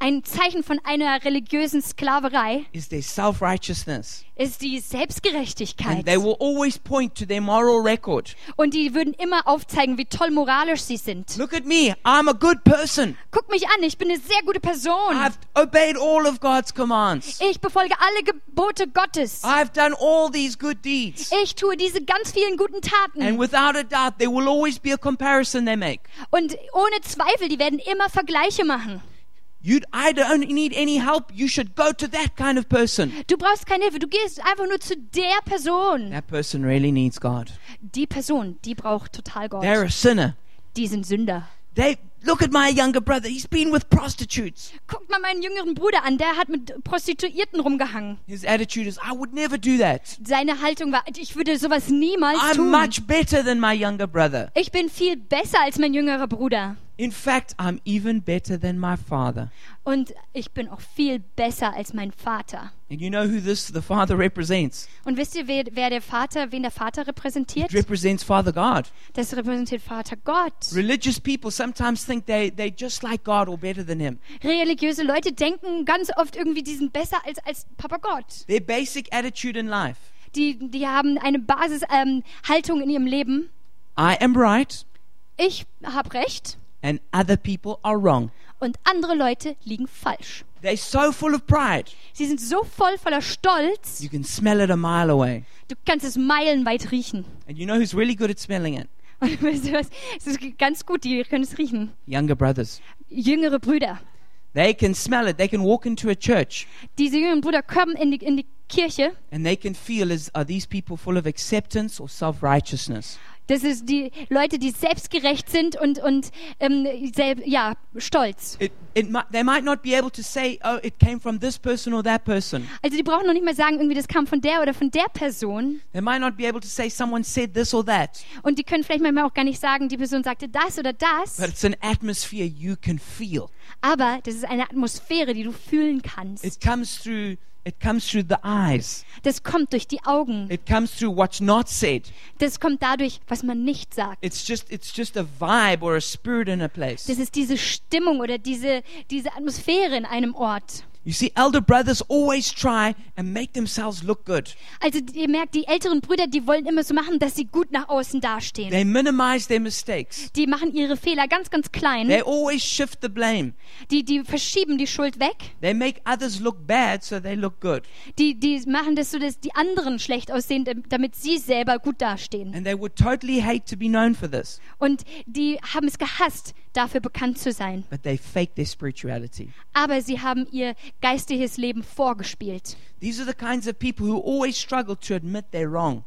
Speaker 1: Ein Zeichen von einer religiösen Sklaverei
Speaker 2: is their self righteousness,
Speaker 1: ist die Selbstgerechtigkeit.
Speaker 2: and they will always point to their moral record.
Speaker 1: Und die würden immer aufzeigen, wie toll moralisch sie sind.
Speaker 2: Look at me, I'm a good person.
Speaker 1: Guck mich an, ich bin eine sehr gute Person.
Speaker 2: I've obeyed all of God's commands.
Speaker 1: Ich befolge alle Gebote Gottes.
Speaker 2: I've done all these good deeds.
Speaker 1: Ich tue diese ganz vielen guten
Speaker 2: And
Speaker 1: Taten.
Speaker 2: without a doubt, there will always be a comparison they make.
Speaker 1: Und ohne Zweifel, die werden immer Vergleiche machen.
Speaker 2: You, I don't need any help. You should go to that kind of person.
Speaker 1: Du brauchst keine Hilfe, du gehst einfach nur zu der Person.
Speaker 2: That person really needs God.
Speaker 1: Die Person, die braucht total
Speaker 2: They're
Speaker 1: Gott.
Speaker 2: a sinner.
Speaker 1: Die sind Sünder.
Speaker 2: They look at my younger brother. He's been with prostitutes.
Speaker 1: Guck mal meinen jüngeren Bruder an, der hat mit Prostituierten rumgehangen.
Speaker 2: His attitude is, I would never do that.
Speaker 1: Seine Haltung war, ich würde sowas niemals
Speaker 2: I'm
Speaker 1: tun.
Speaker 2: much better than my younger brother.
Speaker 1: Ich bin viel besser als mein jüngerer Bruder.
Speaker 2: In fact, I'm even better than my father.
Speaker 1: Und ich bin auch viel besser als mein Vater.
Speaker 2: And you know who this the father represents?
Speaker 1: Und wisst ihr, wer, wer der Vater, wen der Vater repräsentiert?
Speaker 2: It represents Father God.
Speaker 1: Das repräsentiert Vater Gott.
Speaker 2: Religious people sometimes think they they just like God or better than him.
Speaker 1: Religiöse Leute denken ganz oft irgendwie, die sind besser als, als Papa Gott.
Speaker 2: Their basic attitude in life:
Speaker 1: Die, die haben eine Basishaltung ähm, Haltung in ihrem Leben.
Speaker 2: I am right,
Speaker 1: Ich habe recht
Speaker 2: and other people are wrong.
Speaker 1: und andere Leute liegen falsch.
Speaker 2: They're so full of pride.
Speaker 1: Sie sind so voll voller Stolz,
Speaker 2: You can smell it a mile away.
Speaker 1: du kannst es meilenweit riechen.
Speaker 2: And you know who's really good at smelling it?
Speaker 1: Und weißt du was? Es ist ganz gut, die können es riechen.
Speaker 2: Younger brothers.
Speaker 1: Jüngere Brüder.
Speaker 2: They can smell it. They can walk into a church
Speaker 1: Diese jüngeren Brüder kommen in die, in die Kirche.
Speaker 2: and they can feel is are these people full of acceptance or self righteousness?
Speaker 1: Das ist die Leute, die selbstgerecht sind und, und ähm, selb, ja, stolz.
Speaker 2: It, it mi- they might not be able to say, oh, it came from this person or that person.
Speaker 1: Also die brauchen noch nicht mal sagen, irgendwie das kam von der oder von der Person.
Speaker 2: They might not be able to say someone said this or that.
Speaker 1: Und die können vielleicht manchmal auch gar nicht sagen, die Person sagte das oder
Speaker 2: But
Speaker 1: das.
Speaker 2: it's an atmosphere you can feel.
Speaker 1: Aber das ist eine Atmosphäre, die du fühlen kannst.
Speaker 2: It comes through. It comes through the eyes.
Speaker 1: Das kommt durch die Augen.
Speaker 2: It comes through what's not said.
Speaker 1: Das kommt dadurch, was man nicht sagt.
Speaker 2: It's just. It's just a vibe or a spirit in a place.
Speaker 1: Das ist diese Stimmung oder diese, diese Atmosphäre in einem Ort.
Speaker 2: You see, elder brothers always try and make themselves look good.
Speaker 1: Also ihr merkt, die älteren Brüder, die wollen immer so machen, dass sie gut nach außen dastehen.
Speaker 2: They minimize their mistakes.
Speaker 1: Die machen ihre Fehler ganz, ganz klein.
Speaker 2: They always shift the blame.
Speaker 1: Die, die verschieben die Schuld weg.
Speaker 2: They make others look bad so they look good.
Speaker 1: Die, die machen das so, dass die anderen schlecht aussehen, dam- damit sie selber gut dastehen.
Speaker 2: And they would totally hate to be known for this,
Speaker 1: Und die haben es gehasst, dafür bekannt zu sein.
Speaker 2: but they fake their spirituality.
Speaker 1: Aber sie haben ihr geistiges Leben vorgespielt.
Speaker 2: These are the kinds of people who always struggle to admit they're wrong.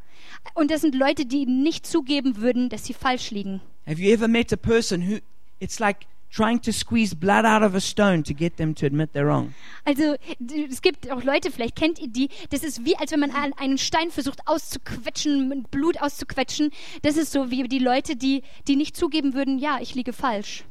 Speaker 1: Und das sind Leute, die nicht zugeben würden, dass sie falsch liegen.
Speaker 2: Have you ever met a person who it's like trying to squeeze blood out of a stone to get them to admit they're wrong?
Speaker 1: Also d- es gibt auch Leute, vielleicht kennt ihr die, das ist wie, als wenn man an- einen Stein versucht auszuquetschen, mit Blut auszuquetschen. Das ist so wie die Leute, die, die nicht zugeben würden, ja, ich liege falsch.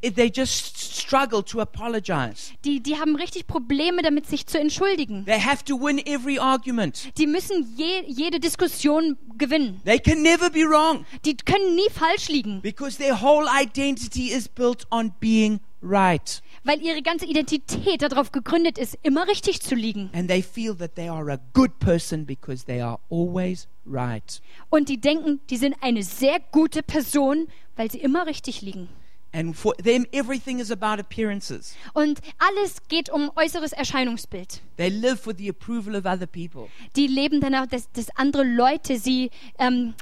Speaker 2: Th- They just struggle to apologize.
Speaker 1: Die, die haben richtig Probleme damit, sich zu entschuldigen.
Speaker 2: They have to win every argument.
Speaker 1: Die müssen je, jede Diskussion gewinnen.
Speaker 2: They can never be wrong
Speaker 1: Die können nie falsch liegen,
Speaker 2: because their whole identity is built on being right.
Speaker 1: weil ihre ganze Identität darauf gegründet ist, immer richtig zu liegen.
Speaker 2: And they feel that they are a good person because they are always right.
Speaker 1: Und die denken, die sind eine sehr gute Person, weil sie immer richtig liegen.
Speaker 2: And for them, everything is about appearances.
Speaker 1: Und alles geht um äußeres Erscheinungsbild.
Speaker 2: They live for the approval of other people.
Speaker 1: Die leben danach, dass, dass andere Leute sie ähm,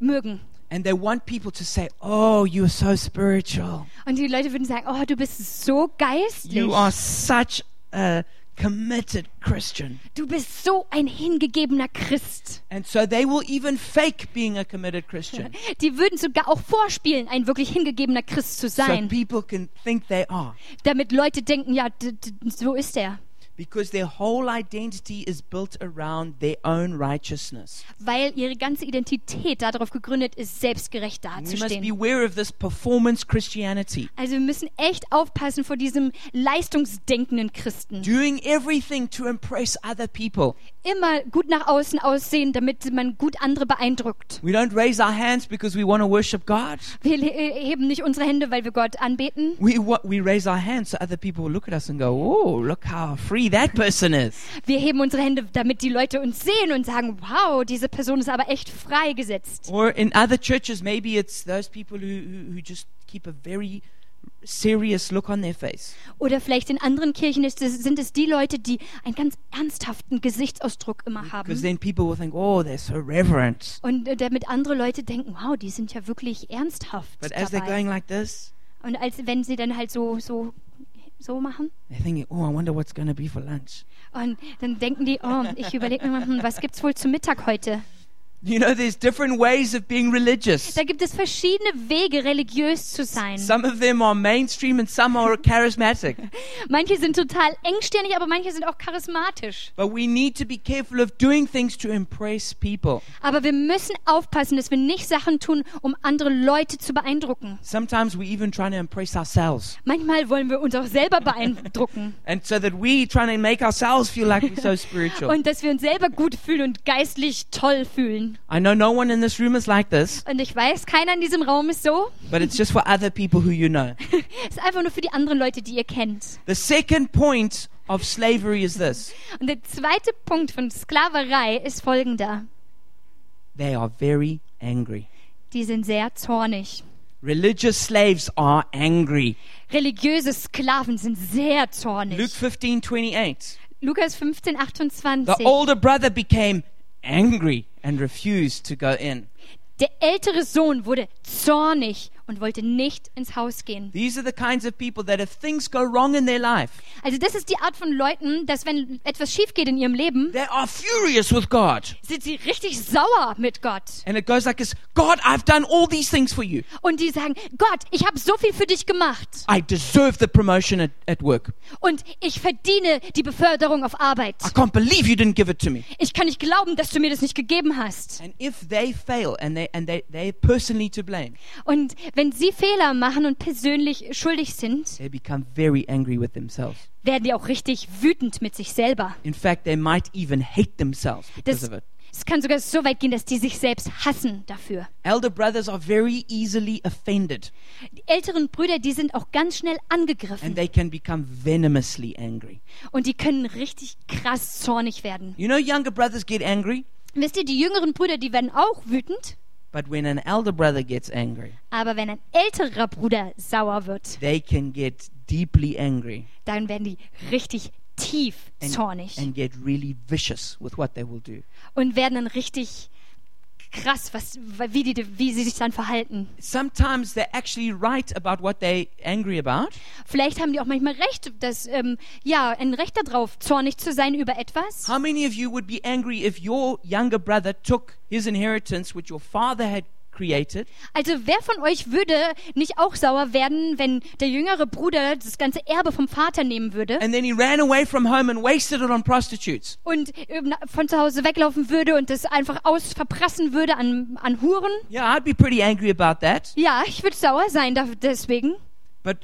Speaker 1: mögen.
Speaker 2: And they want people to say, Oh, you're so spiritual.
Speaker 1: Und die Leute würden sagen, oh, du bist so geistlich.
Speaker 2: You are such a committed Christian.
Speaker 1: Du bist so ein hingegebener Christ.
Speaker 2: And so they will even fake being a committed Christian
Speaker 1: Die würden sogar auch vorspielen, ein wirklich hingegebener Christ zu
Speaker 2: so
Speaker 1: sein,
Speaker 2: people can think they are
Speaker 1: damit Leute denken, ja, d- d- so ist er.
Speaker 2: because their whole identity is built around their own righteousness.
Speaker 1: Weil ihre ganze Identität darauf gegründet ist, selbstgerecht
Speaker 2: We must
Speaker 1: dazustehen.
Speaker 2: beware of this performance Christianity,
Speaker 1: Also wir müssen echt aufpassen vor diesem leistungsdenkenden Christen.
Speaker 2: doing everything to impress other people.
Speaker 1: Immer gut nach außen aussehen, damit man gut andere beeindruckt.
Speaker 2: We don't raise our hands because we want to worship God.
Speaker 1: Wir le- äh, heben nicht unsere Hände, weil wir Gott anbeten.
Speaker 2: We, wa- we raise our hands so other people will look at us and go, Oh, look how free that person is.
Speaker 1: Wir heben unsere Hände, damit die Leute uns sehen und sagen, wow, diese Person ist aber echt freigesetzt.
Speaker 2: Or in other churches, maybe it's those people who, who, who just keep a very serious look on their face.
Speaker 1: Oder vielleicht in anderen Kirchen ist es, sind es die Leute, die einen ganz ernsthaften Gesichtsausdruck immer
Speaker 2: Because
Speaker 1: haben.
Speaker 2: then people will think, oh, they're so reverent.
Speaker 1: Und äh, damit andere Leute denken, wow, die sind ja wirklich ernsthaft
Speaker 2: But as they're
Speaker 1: dabei.
Speaker 2: going like this,
Speaker 1: Und als wenn sie dann halt so, so, so machen.
Speaker 2: they're thinking, oh, I wonder what's going to be for lunch.
Speaker 1: Und dann denken die, oh, ich überlege mir mal, hm, was gibt's wohl zu Mittag heute?
Speaker 2: You know, there's different ways of being religious.
Speaker 1: Da gibt es verschiedene Wege, religiös zu sein.
Speaker 2: Some of them are mainstream and some are charismatic.
Speaker 1: Manche sind total engstirnig, aber manche sind auch charismatisch.
Speaker 2: But we need to be careful of doing things to impress people.
Speaker 1: Aber wir müssen aufpassen, dass wir nicht Sachen tun, um andere Leute zu beeindrucken.
Speaker 2: Sometimes we're even trying to impress ourselves.
Speaker 1: Manchmal wollen wir uns auch selber beeindrucken.
Speaker 2: And so that we trying to make ourselves feel like we're so spiritual.
Speaker 1: Und dass wir uns selber gut fühlen und geistlich toll fühlen.
Speaker 2: I know no one in this room is like this.
Speaker 1: Und ich weiß, keiner in diesem Raum ist so.
Speaker 2: but it's just for other people who you know.
Speaker 1: Ist einfach nur für die anderen Leute, die ihr kennt.
Speaker 2: The second point of slavery is this
Speaker 1: Und der zweite Punkt von Sklaverei ist folgender.
Speaker 2: they are very angry.
Speaker 1: Die sind sehr zornig.
Speaker 2: Religious slaves are angry.
Speaker 1: Religiöse Sklaven sind sehr zornig.
Speaker 2: Luke 15 28.
Speaker 1: Lukas 15,
Speaker 2: The
Speaker 1: 28.
Speaker 2: older brother became angry and refused to go in.
Speaker 1: Der ältere Sohn wurde zornig und wollte nicht ins Haus gehen.
Speaker 2: These are the kinds of people that if things go wrong in their life,
Speaker 1: Also das ist die Art von Leuten, dass wenn etwas schief geht in ihrem Leben,
Speaker 2: they are furious with God.
Speaker 1: sind sie richtig sauer mit Gott.
Speaker 2: And it goes like this God, I've done all these things for you.
Speaker 1: Und die sagen, Gott, ich habe so viel für dich gemacht
Speaker 2: I deserve the promotion at, at work.
Speaker 1: und ich verdiene die Beförderung auf Arbeit.
Speaker 2: I can't believe you didn't give it to me.
Speaker 1: Ich kann nicht glauben, dass du mir das nicht gegeben hast.
Speaker 2: And if they fail and they and they they personally to blame,
Speaker 1: Und wenn sie Fehler machen und persönlich schuldig sind,
Speaker 2: they become very angry with themselves.
Speaker 1: werden die auch richtig wütend mit sich selber.
Speaker 2: In fact, they might even hate themselves because
Speaker 1: Das,
Speaker 2: of it.
Speaker 1: es kann sogar so weit gehen, dass die sich selbst hassen dafür.
Speaker 2: Elder brothers are very easily offended
Speaker 1: Die älteren Brüder, die sind auch ganz schnell
Speaker 2: and
Speaker 1: angegriffen
Speaker 2: they can become venomously angry.
Speaker 1: und die können richtig krass zornig werden.
Speaker 2: You know younger brothers get angry,
Speaker 1: Wisst ihr, die jüngeren Brüder, die werden auch wütend,
Speaker 2: but when an elder brother gets angry,
Speaker 1: aber wenn ein älterer Bruder sauer wird,
Speaker 2: they can get deeply angry
Speaker 1: dann werden die richtig tief
Speaker 2: and,
Speaker 1: zornig
Speaker 2: and get really vicious with what they will do.
Speaker 1: und werden dann richtig krass, was, wie, die, wie sie sich dann verhalten.
Speaker 2: Sometimes they're actually right about what they're angry about,
Speaker 1: Vielleicht haben die auch manchmal recht, dass, ähm, ja, ein Recht darauf, zornig zu sein über etwas.
Speaker 2: How many of you would be angry if your younger brother took his inheritance, which your father had created,
Speaker 1: Also wer von euch würde nicht auch sauer werden, wenn der jüngere Bruder das ganze Erbe vom Vater nehmen würde?
Speaker 2: and then he ran away from home and wasted it on prostitutes?
Speaker 1: und ähm, na- von zu Hause weglaufen würde und das einfach aus verprassen würde an, an Huren.
Speaker 2: Yeah, I'd be pretty angry about that.
Speaker 1: Ja, ich würde sauer sein da- deswegen.
Speaker 2: But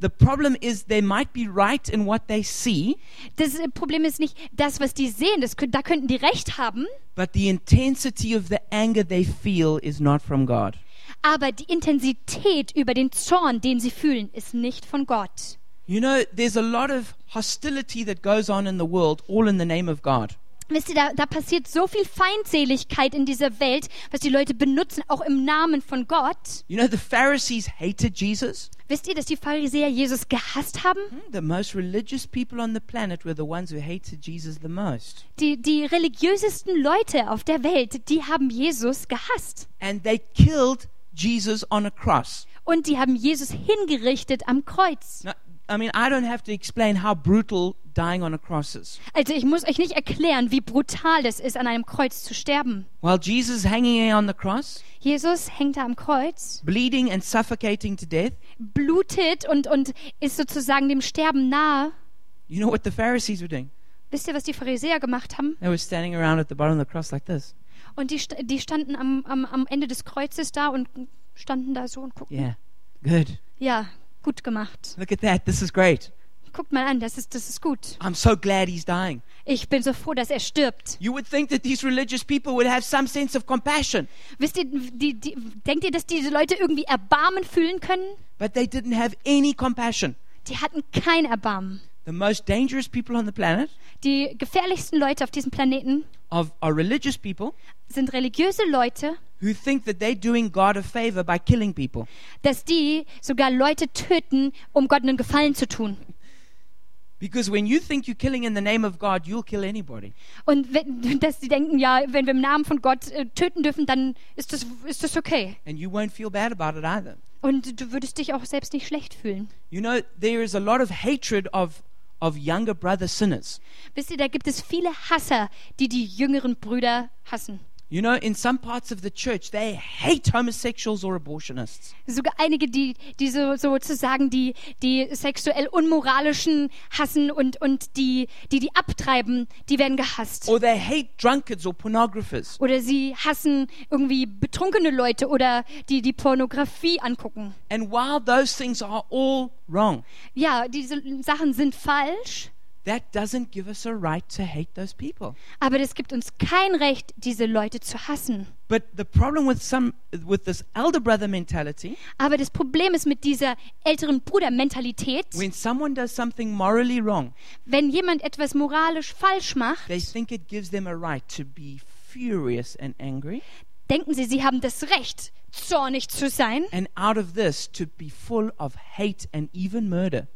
Speaker 2: The problem is they might be right in what they see,
Speaker 1: Das äh, Problem ist nicht das, was die sehen, das, kö- da könnten die recht haben,
Speaker 2: but the intensity of the anger they feel is not from God.
Speaker 1: aber die Intensität über den Zorn, den sie fühlen, ist nicht von Gott.
Speaker 2: You know, there's a lot of hostility that goes on in the world, all in the name of God.
Speaker 1: Wisst ihr, da, da passiert so viel Feindseligkeit in dieser Welt, was die Leute benutzen, auch im Namen von Gott.
Speaker 2: You know, the Pharisees hated Jesus. Hmm,
Speaker 1: Wisst ihr, dass die Pharisäer Jesus gehasst haben?
Speaker 2: The most religious people on the planet were the ones who hated Jesus the most.
Speaker 1: Die, die religiösesten Leute auf der Welt, die haben Jesus gehasst.
Speaker 2: And they killed Jesus on a cross.
Speaker 1: Und die haben Jesus hingerichtet am Kreuz.
Speaker 2: Now, I mean, I don't have to explain how brutal dying on a cross is.
Speaker 1: Also ich muss euch nicht erklären, wie brutal das ist, an einem Kreuz zu sterben.
Speaker 2: While Jesus is hanging on the cross,
Speaker 1: Jesus hängt da am Kreuz,
Speaker 2: bleeding and suffocating to death,
Speaker 1: blutet und, und ist sozusagen dem Sterben nahe.
Speaker 2: you know what the Pharisees were doing?
Speaker 1: Wisst ihr, was die Pharisäer gemacht haben?
Speaker 2: They were standing around at the bottom of the cross like this.
Speaker 1: Und die, st- die standen am, am, am Ende des Kreuzes da und standen da so und guckten.
Speaker 2: Yeah, good.
Speaker 1: Ja, gut gemacht.
Speaker 2: Look at that. This is great.
Speaker 1: Guckt mal an, das ist, das ist gut.
Speaker 2: I'm so glad he's dying.
Speaker 1: Ich bin so froh, dass er stirbt.
Speaker 2: You would think that these religious people would have some sense of compassion,
Speaker 1: Wisst ihr, die, die, denkt ihr, dass diese Leute irgendwie Erbarmen fühlen können?
Speaker 2: but they didn't have any compassion.
Speaker 1: Die hatten kein Erbarmen.
Speaker 2: The most dangerous people on the planet
Speaker 1: Die gefährlichsten Leute auf diesem Planeten
Speaker 2: of, are religious people
Speaker 1: sind religiöse Leute,
Speaker 2: who think that they're doing God a favor by killing people.
Speaker 1: dass die sogar Leute töten, um Gott einen Gefallen zu tun.
Speaker 2: Because when you think you're killing in the name of God, you'll kill anybody.
Speaker 1: Und wenn, dass die denken, ja, wenn wir im Namen von Gott äh, töten dürfen, dann ist das, ist das okay.
Speaker 2: And you won't feel bad about it either.
Speaker 1: Und du würdest dich auch selbst nicht schlecht fühlen.
Speaker 2: You know, there is a lot of hatred of, of younger brother sinners.
Speaker 1: Wisst ihr, da gibt es viele Hasser, die die jüngeren Brüder hassen.
Speaker 2: You know, in some parts of the church, they hate homosexuals or abortionists.
Speaker 1: Sogar einige, die, die so, sozusagen die, die sexuell Unmoralischen hassen und, und die, die die abtreiben, die werden gehasst.
Speaker 2: Or they hate drunkards or pornographers.
Speaker 1: Oder sie hassen irgendwie betrunkene Leute oder die die Pornografie angucken.
Speaker 2: And while those things are all wrong,
Speaker 1: Ja, diese Sachen sind falsch,
Speaker 2: that doesn't give us a right to hate those people.
Speaker 1: aber das gibt uns kein Recht, diese Leute zu hassen.
Speaker 2: But the problem with some with this elder brother mentality,
Speaker 1: Aber das Problem ist mit dieser älteren Brudermentalität,
Speaker 2: when someone does something morally wrong,
Speaker 1: wenn jemand etwas moralisch falsch macht,
Speaker 2: they think it gives them a right to be furious and angry,
Speaker 1: denken sie, sie haben das Recht, zornig zu sein
Speaker 2: and out of this to be full of hate and even murder.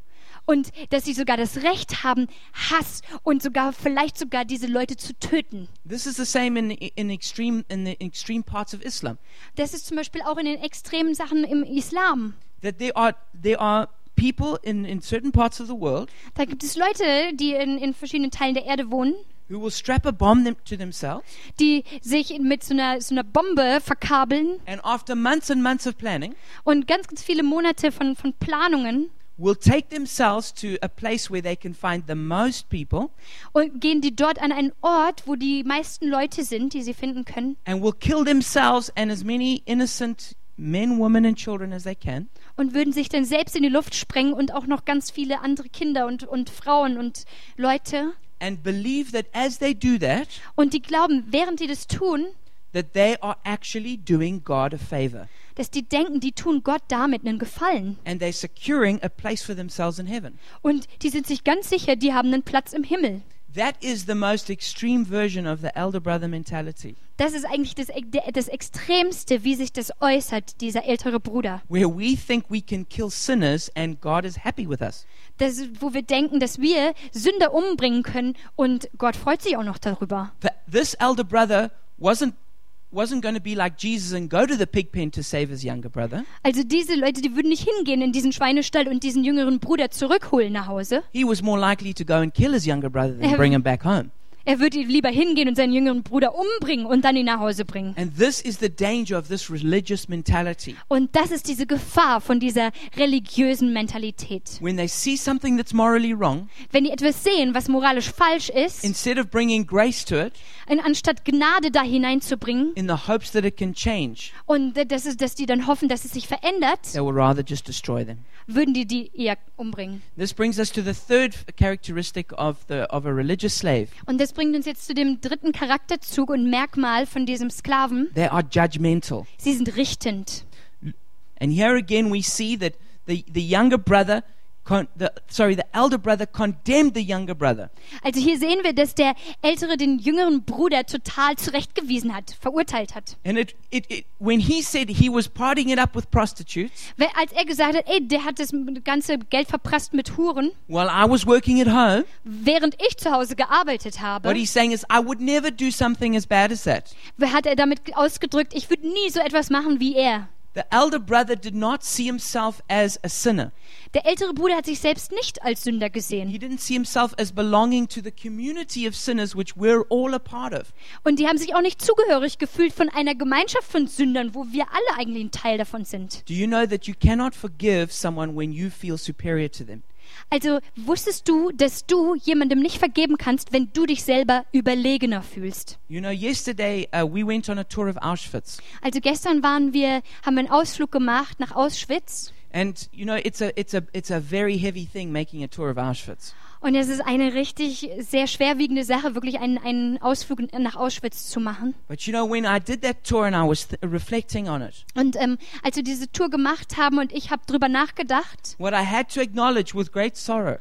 Speaker 1: und dass sie sogar das Recht haben, Hass und sogar vielleicht sogar diese Leute zu töten.
Speaker 2: This is the same in in extreme in the extreme parts of Islam.
Speaker 1: Das ist zum Beispiel auch in den extremen Sachen im Islam.
Speaker 2: That there are there are people in, in certain parts of the world
Speaker 1: Da gibt es Leute, die in, in verschiedenen Teilen der Erde wohnen,
Speaker 2: who will strap a bomb them, to themselves
Speaker 1: die sich mit so einer, so einer Bombe verkabeln
Speaker 2: and after months and months of planning
Speaker 1: und ganz, ganz viele Monate von, von Planungen
Speaker 2: will take themselves to a place where they can find the most people
Speaker 1: und gehen die dort an einen Ort, wo die meisten Leute sind, die sie finden können,
Speaker 2: and will kill themselves and as many innocent men, women, and children as they can
Speaker 1: und würden sich dann selbst in die Luft sprengen und auch noch ganz viele andere Kinder und, und Frauen und Leute.
Speaker 2: and believe that as they do that,
Speaker 1: Und die glauben, während die das tun,
Speaker 2: that they are actually doing God a favor
Speaker 1: dass die denken, die tun Gott damit einen Gefallen.
Speaker 2: and they're securing a place for themselves in heaven.
Speaker 1: Und die sind sich ganz sicher, die haben einen Platz im Himmel.
Speaker 2: That is the most extreme version of the elder brother mentality,
Speaker 1: Das ist eigentlich das, äh, das Extremste, wie sich das äußert, dieser ältere Bruder.
Speaker 2: where we think we can kill sinners and God is happy with us.
Speaker 1: Das, ist, wo wir denken, dass wir Sünder umbringen können und Gott freut sich auch noch darüber.
Speaker 2: That this elder brother wasn't wasn't going to be like Jesus and go to the pig pen to save his younger brother.
Speaker 1: Also diese Leute, die würden nicht hingehen in diesen Schweinestall und diesen jüngeren Bruder zurückholen nach Hause.
Speaker 2: He was more likely to go and kill his younger brother than bring him back home.
Speaker 1: Er wird lieber hingehen und seinen jüngeren Bruder umbringen und dann ihn nach Hause bringen.
Speaker 2: And this is the danger of this religious mentality.
Speaker 1: Und das ist diese Gefahr von dieser religiösen Mentalität.
Speaker 2: When they see something that's morally wrong,
Speaker 1: Wenn die etwas sehen, was moralisch falsch ist,
Speaker 2: instead of bringing grace to it
Speaker 1: in, anstatt Gnade da hineinzubringen
Speaker 2: in the hopes that it can change,
Speaker 1: und äh, dass, es, dass die dann hoffen, dass es sich verändert,
Speaker 2: they will rather just destroy them.
Speaker 1: würden die die eher umbringen.
Speaker 2: This brings us to the third characteristic of, the, of a religious slave
Speaker 1: Und das bringt uns jetzt zu dem dritten Charakterzug und Merkmal von diesem Sklaven.
Speaker 2: they are judgmental.
Speaker 1: Sie sind richtend.
Speaker 2: And here again, we see that the, the younger brother, con- the, sorry, the elder brother condemned the younger brother.
Speaker 1: Also hier sehen wir, dass der Ältere den jüngeren Bruder total zurechtgewiesen hat, verurteilt hat.
Speaker 2: And it, it, it, when he said he was partying it up with prostitutes
Speaker 1: Weil als er gesagt hat, ey, der hat das ganze Geld verprasst mit Huren,
Speaker 2: while I was working at home,
Speaker 1: während ich zu Hause gearbeitet habe,
Speaker 2: what he's saying is, I would never do something as bad as that.
Speaker 1: hat er damit ausgedrückt, ich würde nie so etwas machen wie er.
Speaker 2: The elder brother did not see himself as a sinner.
Speaker 1: Der ältere Bruder hat sich selbst nicht als Sünder
Speaker 2: He
Speaker 1: gesehen.
Speaker 2: didn't see himself as belonging to the community of sinners, which we're all a part of.
Speaker 1: Und die haben sich auch nicht zugehörig gefühlt von einer Gemeinschaft von Sündern, wo wir alle eigentlich ein Teil davon sind.
Speaker 2: Do you know that you cannot forgive someone when you feel superior to them?
Speaker 1: Also wusstest du, dass du jemandem nicht vergeben kannst, wenn du dich selber überlegener fühlst?
Speaker 2: You know, yesterday uh, we went on a tour of Auschwitz.
Speaker 1: Also gestern waren wir, haben wir einen Ausflug gemacht nach Auschwitz
Speaker 2: And you know, it's a it's a it's a very heavy thing making a tour of Auschwitz.
Speaker 1: und es ist eine richtig sehr schwerwiegende Sache, wirklich einen, einen Ausflug nach Auschwitz zu machen.
Speaker 2: But you know, when I did that tour and I was th- reflecting on it,
Speaker 1: Und ähm, als wir diese Tour gemacht haben und ich habe drüber nachgedacht,
Speaker 2: what I had to acknowledge with great sorrow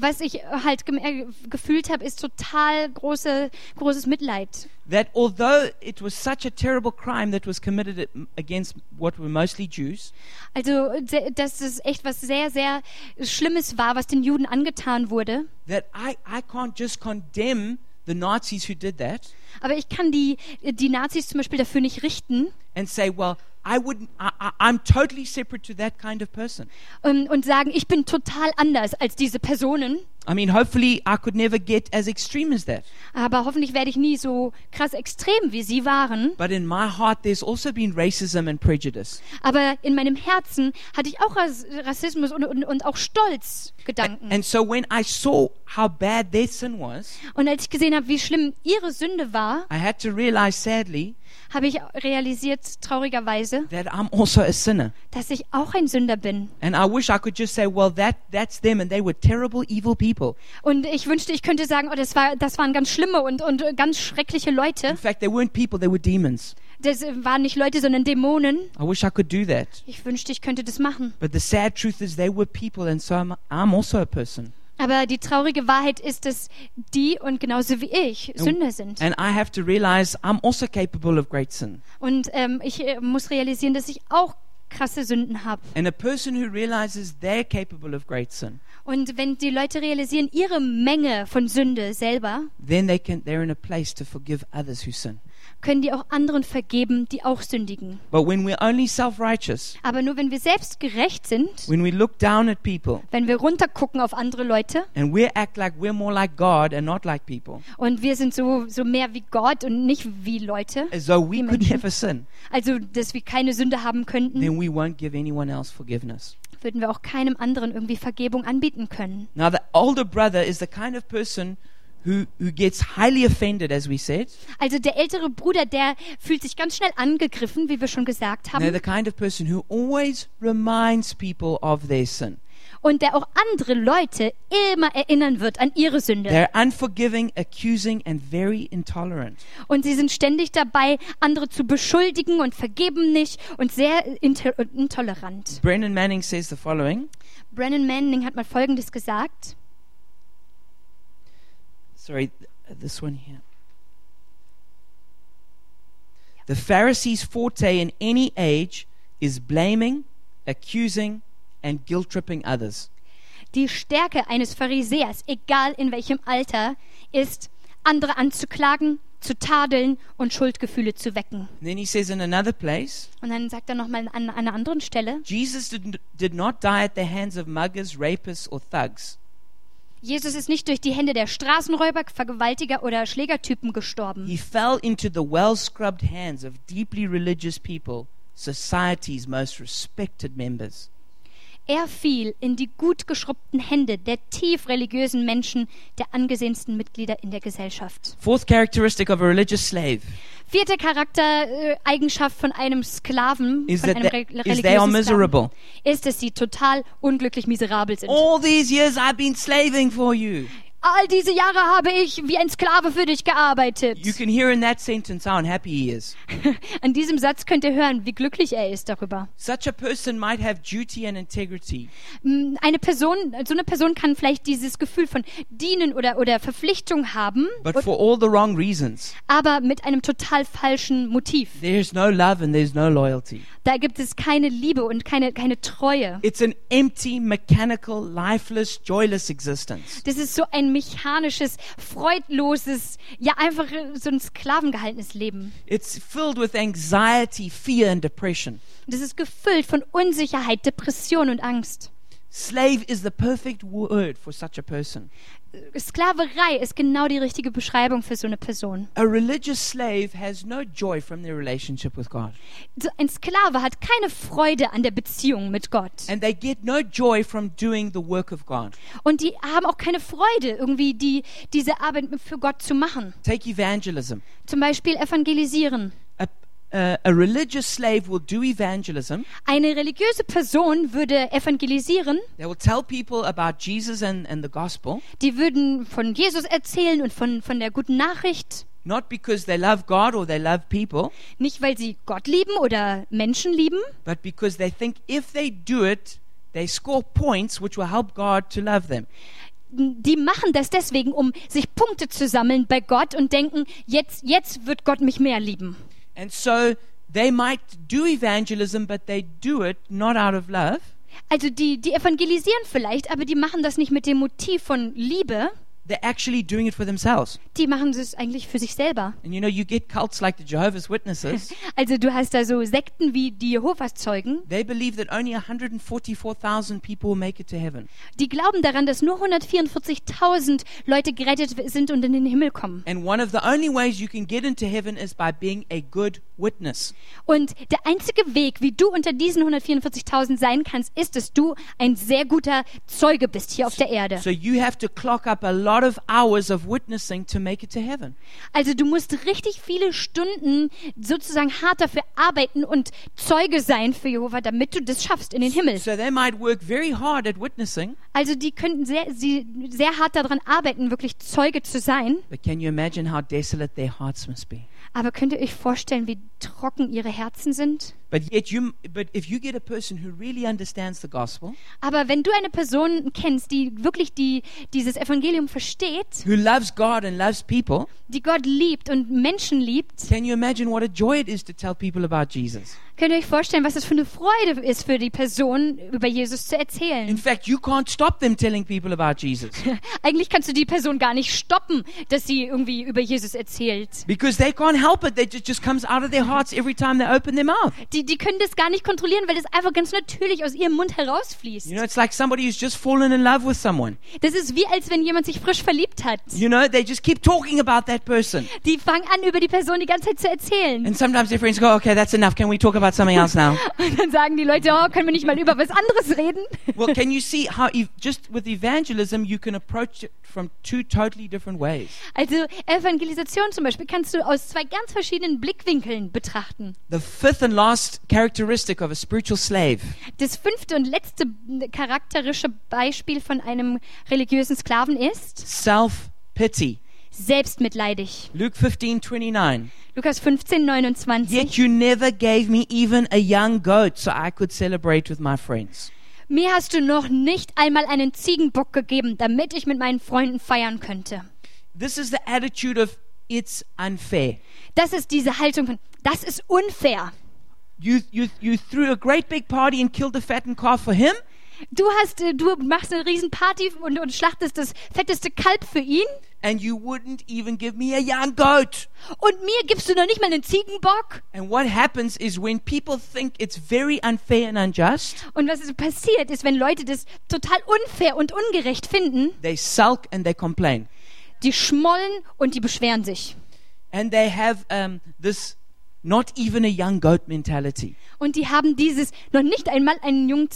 Speaker 1: was ich äh, halt gem- äh, gefühlt habe, ist total große, großes Mitleid.
Speaker 2: that although it was such a terrible crime that was committed at- against what were mostly Jews,
Speaker 1: Also se- dass es echt was sehr, sehr Schlimmes war, was den Juden angetan wurde.
Speaker 2: that I I can't just condemn the Nazis who did that
Speaker 1: Aber ich kann die, die Nazis zum Beispiel dafür nicht richten
Speaker 2: and say, well, I wouldn't. I, I, I'm totally separate to that kind of person.
Speaker 1: ähm, und sagen, ich bin total anders als diese Personen.
Speaker 2: I mean, hopefully, I could never get as extreme as that.
Speaker 1: Aber hoffentlich werde ich nie so krass extrem, wie sie waren.
Speaker 2: But in my heart, there's also been racism and prejudice.
Speaker 1: Aber in meinem Herzen hatte ich auch Ras Rassismus und, und, und auch Stolz Gedanken.
Speaker 2: And so when I saw how bad their sin was,
Speaker 1: Und als ich gesehen habe, wie schlimm ihre Sünde war,
Speaker 2: I had to realize, sadly,
Speaker 1: habe ich realisiert, traurigerweise,
Speaker 2: that I'm also a sinner.
Speaker 1: dass ich auch ein Sünder bin.
Speaker 2: And I wish I could just say, well, that, that's them, and they were terrible, evil people.
Speaker 1: Und ich wünschte, ich könnte sagen, oh, das, war, das waren ganz schlimme und, und ganz schreckliche
Speaker 2: In
Speaker 1: Leute.
Speaker 2: fact, they weren't people, they were demons.
Speaker 1: Das waren nicht Leute, sondern Dämonen.
Speaker 2: I wish I could do that.
Speaker 1: Ich wünschte, ich könnte das machen.
Speaker 2: But the sad truth is, they were people, and so I'm, I'm also a person.
Speaker 1: Aber die traurige Wahrheit ist, dass die und genauso wie ich Sünder sind.
Speaker 2: And I have to realize I'm also capable of great sin.
Speaker 1: Und ähm, ich äh, muss realisieren, dass ich auch krasse Sünden habe.
Speaker 2: And a person who realizes they're capable of great sin,
Speaker 1: Und wenn die Leute realisieren, ihre Menge von Sünde selber,
Speaker 2: then they can, they're in a place to forgive others who sin.
Speaker 1: können die auch anderen vergeben, die auch sündigen.
Speaker 2: But when we're only self righteous,
Speaker 1: Aber nur wenn wir selbst gerecht sind,
Speaker 2: when we look down at people
Speaker 1: wenn wir runtergucken auf andere Leute
Speaker 2: and we act like we're more like God and not like people,
Speaker 1: und wir sind so, so mehr wie Gott und nicht wie Leute,
Speaker 2: as though we
Speaker 1: Die
Speaker 2: could
Speaker 1: Menschen.
Speaker 2: never sin,
Speaker 1: also dass wir keine Sünde haben könnten,
Speaker 2: then we won't give anyone else forgiveness.
Speaker 1: würden wir auch keinem anderen irgendwie Vergebung anbieten können.
Speaker 2: Now, the older brother is the kind of person who, who gets highly offended, as we said.
Speaker 1: Also der ältere Bruder, der fühlt sich ganz schnell angegriffen, wie wir schon gesagt
Speaker 2: They're
Speaker 1: haben,
Speaker 2: the kind of person who always reminds people of their sin.
Speaker 1: und der auch andere Leute immer erinnern wird an ihre Sünde.
Speaker 2: They're unforgiving, accusing, and very intolerant.
Speaker 1: Und sie sind ständig dabei, andere zu beschuldigen und vergeben nicht und sehr inter und intolerant.
Speaker 2: Brennan Manning says the following.
Speaker 1: Brennan Manning hat mal Folgendes gesagt.
Speaker 2: Sorry, th- this one here. The Pharisees' forte in any age is blaming, accusing, and guilt tripping others.
Speaker 1: Die Stärke eines Pharisäers, egal in welchem Alter, ist, andere anzuklagen, zu tadeln und Schuldgefühle zu wecken.
Speaker 2: And then he says in another place
Speaker 1: Und dann sagt er nochmal an, an einer anderen Stelle,
Speaker 2: Jesus did, did not die at the hands of muggers, rapists, or thugs.
Speaker 1: Jesus ist nicht durch die Hände der Straßenräuber, Vergewaltiger oder Schlägertypen gestorben.
Speaker 2: He fell into the well scrubbed hands of deeply religious people, society's most respected members.
Speaker 1: Er fiel in die gut geschrubbten Hände der tief religiösen Menschen, der angesehensten Mitglieder in der Gesellschaft.
Speaker 2: Fourth characteristic of a religious slave
Speaker 1: Vierte Charaktereigenschaft von einem Sklaven,
Speaker 2: is
Speaker 1: von
Speaker 2: that
Speaker 1: einem
Speaker 2: they,
Speaker 1: re
Speaker 2: is they are
Speaker 1: religiösen Sklaven,
Speaker 2: miserable. Oh.
Speaker 1: ist, dass sie total unglücklich miserabel sind.
Speaker 2: All these years I've been slaving for you.
Speaker 1: All diese Jahre habe ich wie ein Sklave für dich gearbeitet.
Speaker 2: You can hear in that sentence how unhappy he is.
Speaker 1: An diesem Satz könnt ihr hören, wie glücklich er ist darüber.
Speaker 2: Such a person might have duty and integrity,
Speaker 1: Mm, Eine Person, so eine Person kann vielleicht dieses Gefühl von Dienen oder, oder Verpflichtung haben,
Speaker 2: but
Speaker 1: und,
Speaker 2: for all the wrong reasons.
Speaker 1: aber mit einem total falschen Motiv.
Speaker 2: There's no love and there's no loyalty.
Speaker 1: Da gibt es keine Liebe und keine, keine Treue.
Speaker 2: It's an empty, mechanical, lifeless, joyless existence.
Speaker 1: Das ist so ein mechanisches, freudloses, ja einfach so ein sklavengehaltenes Leben.
Speaker 2: It's filled with anxiety, fear, and depression.
Speaker 1: Und Das ist gefüllt von Unsicherheit, Depression und Angst.
Speaker 2: Slave is the perfect word for such a person.
Speaker 1: Sklaverei ist genau die richtige Beschreibung für so eine Person.
Speaker 2: A religious slave has no joy from their relationship with God,
Speaker 1: So Ein Sklave hat keine Freude an der Beziehung mit Gott.
Speaker 2: and they get no joy from doing the work of God.
Speaker 1: Und die haben auch keine Freude, irgendwie die, diese Arbeit für Gott zu machen.
Speaker 2: Take evangelism.
Speaker 1: Zum Beispiel evangelisieren.
Speaker 2: A, a, a religious slave will do evangelism.
Speaker 1: Eine religiöse Person würde evangelisieren,
Speaker 2: They will tell people about Jesus and, and the gospel,
Speaker 1: die würden von Jesus erzählen und von, von der guten Nachricht.
Speaker 2: not because they love God or they love people,
Speaker 1: Nicht, weil sie Gott lieben oder Menschen lieben,
Speaker 2: but because they think if they do it, they score points which will help God to love them.
Speaker 1: die machen das deswegen, um sich Punkte zu sammeln bei Gott und denken, jetzt, jetzt wird Gott mich mehr lieben.
Speaker 2: And so they might do evangelism, but they do it not out of love.
Speaker 1: Also die, die evangelisieren vielleicht, aber die machen das nicht mit dem Motiv von Liebe,
Speaker 2: They're actually doing it for themselves.
Speaker 1: die machen es eigentlich für sich selber.
Speaker 2: And you know, you get cults like the Jehovah's Witnesses.
Speaker 1: Also du hast da so Sekten wie die Jehovas Zeugen,
Speaker 2: they believe that only 144,000 people will make it to heaven.
Speaker 1: die glauben daran, dass nur 144.000 Leute gerettet sind und in den Himmel kommen.
Speaker 2: And one of the only ways you can get into heaven is by being a good witness.
Speaker 1: Und der einzige Weg, wie du unter diesen 144.000 sein kannst, ist, dass du ein sehr guter Zeuge bist hier auf der Erde.
Speaker 2: So you have to clock up a lot of hours of witnessing to make it to heaven.
Speaker 1: Also du musst richtig viele Stunden sozusagen hart dafür arbeiten und Zeuge sein für Jehova, damit du das schaffst in den Himmel.
Speaker 2: So they might work very hard at witnessing,
Speaker 1: Also die könnten sehr, sie, sehr hart daran arbeiten, wirklich Zeuge zu sein.
Speaker 2: but can you imagine how desolate their hearts must be?
Speaker 1: Aber könnt ihr euch vorstellen, wie trocken ihre Herzen sind?
Speaker 2: But yet you but if you get a person who really understands the gospel,
Speaker 1: Aber wenn du eine Person kennst, die wirklich die, dieses Evangelium versteht,
Speaker 2: who loves God and loves people,
Speaker 1: die Gott liebt und Menschen liebt,
Speaker 2: can you imagine what a joy it is to tell people about Jesus?
Speaker 1: könnt ihr euch vorstellen, was das für eine Freude ist für die Person, über Jesus zu
Speaker 2: In
Speaker 1: erzählen.
Speaker 2: fact, you can't stop them telling people about Jesus
Speaker 1: Eigentlich kannst du die Person gar nicht stoppen, dass sie irgendwie über Jesus erzählt.
Speaker 2: because they can't help it. They ju- just comes out of their hearts every time they open their mouth.
Speaker 1: Die, die können das gar nicht kontrollieren, weil das einfach ganz natürlich aus ihrem Mund herausfließt.
Speaker 2: You know, it's like somebody who's just fallen in love with someone.
Speaker 1: Das ist wie, als wenn jemand sich frisch verliebt hat.
Speaker 2: You know, they just keep talking about that person.
Speaker 1: Die fangen an, über die Person die ganze Zeit zu erzählen.
Speaker 2: And sometimes their friends go, okay, that's enough. Can we talk about something else now?
Speaker 1: Und dann sagen die Leute, oh, können wir nicht mal über was anderes reden?
Speaker 2: well, can you see how ev- just with evangelism you can approach it from two totally different ways?
Speaker 1: Also Evangelisation zum Beispiel kannst du aus zwei ganz verschiedenen Blickwinkeln betrachten.
Speaker 2: The fifth and last characteristic of a spiritual slave
Speaker 1: Das fünfte und letzte charakteristische Beispiel von einem religiösen Sklaven ist
Speaker 2: self pity.
Speaker 1: selbstmitleidig.
Speaker 2: Luke 15 29.
Speaker 1: Lukas 15, 29.
Speaker 2: Yet you never gave me even a young goat so I could celebrate with my friends.
Speaker 1: Mir hast du noch nicht einmal einen Ziegenbock gegeben, damit ich mit meinen Freunden feiern könnte.
Speaker 2: This is the attitude of it's unfair.
Speaker 1: Das ist diese Haltung von, das ist unfair.
Speaker 2: You, you, you threw a great big party and killed a fattened calf for him?
Speaker 1: Du, hast, äh, du machst eine Riesenparty und, und schlachtest das fetteste Kalb für ihn
Speaker 2: and you wouldn't even give me a young goat.
Speaker 1: und mir gibst du noch nicht mal einen Ziegenbock.
Speaker 2: And what happens is when people think it's very unfair and unjust,
Speaker 1: Und was passiert ist, wenn Leute das total unfair und ungerecht finden,
Speaker 2: they sulk and they complain.
Speaker 1: die schmollen und die beschweren sich.
Speaker 2: And they have um, this not even a young goat mentality.
Speaker 1: Und die haben dieses noch nicht einmal einen jungen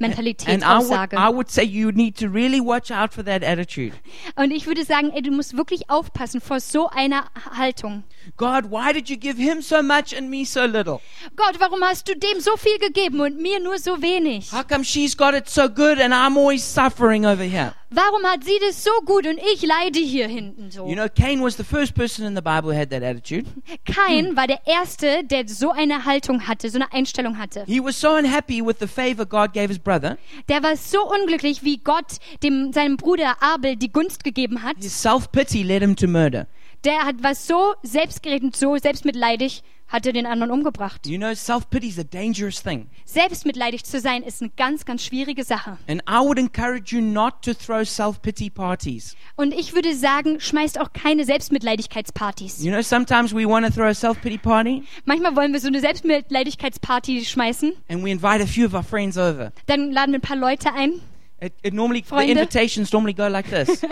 Speaker 2: And I would,
Speaker 1: Ziegenbock-Mentalitätsaussage.
Speaker 2: I would say you need to really watch out for that attitude.
Speaker 1: Und ich würde sagen, ey, du musst wirklich aufpassen vor so einer Haltung.
Speaker 2: God, why did you give him so much and me so little?
Speaker 1: Gott, warum hast du dem so viel gegeben und mir nur so wenig?
Speaker 2: How come she's got it so good and I'm always suffering over here?
Speaker 1: Warum hat sie das so gut und ich leide hier hinten so?
Speaker 2: You know, Cain was the first person in the Bible who had that attitude.
Speaker 1: Kain war der Erste, der so eine Haltung hatte, so eine Einstellung hatte.
Speaker 2: He was so unhappy with the favor God gave his brother.
Speaker 1: Der war so unglücklich, wie Gott dem, seinem Bruder Abel die Gunst gegeben hat.
Speaker 2: His self pity led him to murder.
Speaker 1: Der hat was so selbstgerecht, so selbstmitleidig, hat er den anderen umgebracht.
Speaker 2: You know, self pity is a dangerous thing.
Speaker 1: Selbstmitleidig zu sein, ist eine ganz, ganz schwierige Sache.
Speaker 2: And I would encourage you not to throw self pity parties.
Speaker 1: Und ich würde sagen, schmeißt auch keine Selbstmitleidigkeitspartys.
Speaker 2: You know, sometimes we want to throw a self pity party
Speaker 1: Manchmal wollen wir so eine Selbstmitleidigkeitsparty schmeißen,
Speaker 2: and we invite a few of our friends over.
Speaker 1: dann laden wir ein paar Leute ein.
Speaker 2: It, it normally,
Speaker 1: Freunde.
Speaker 2: the invitations normally go like this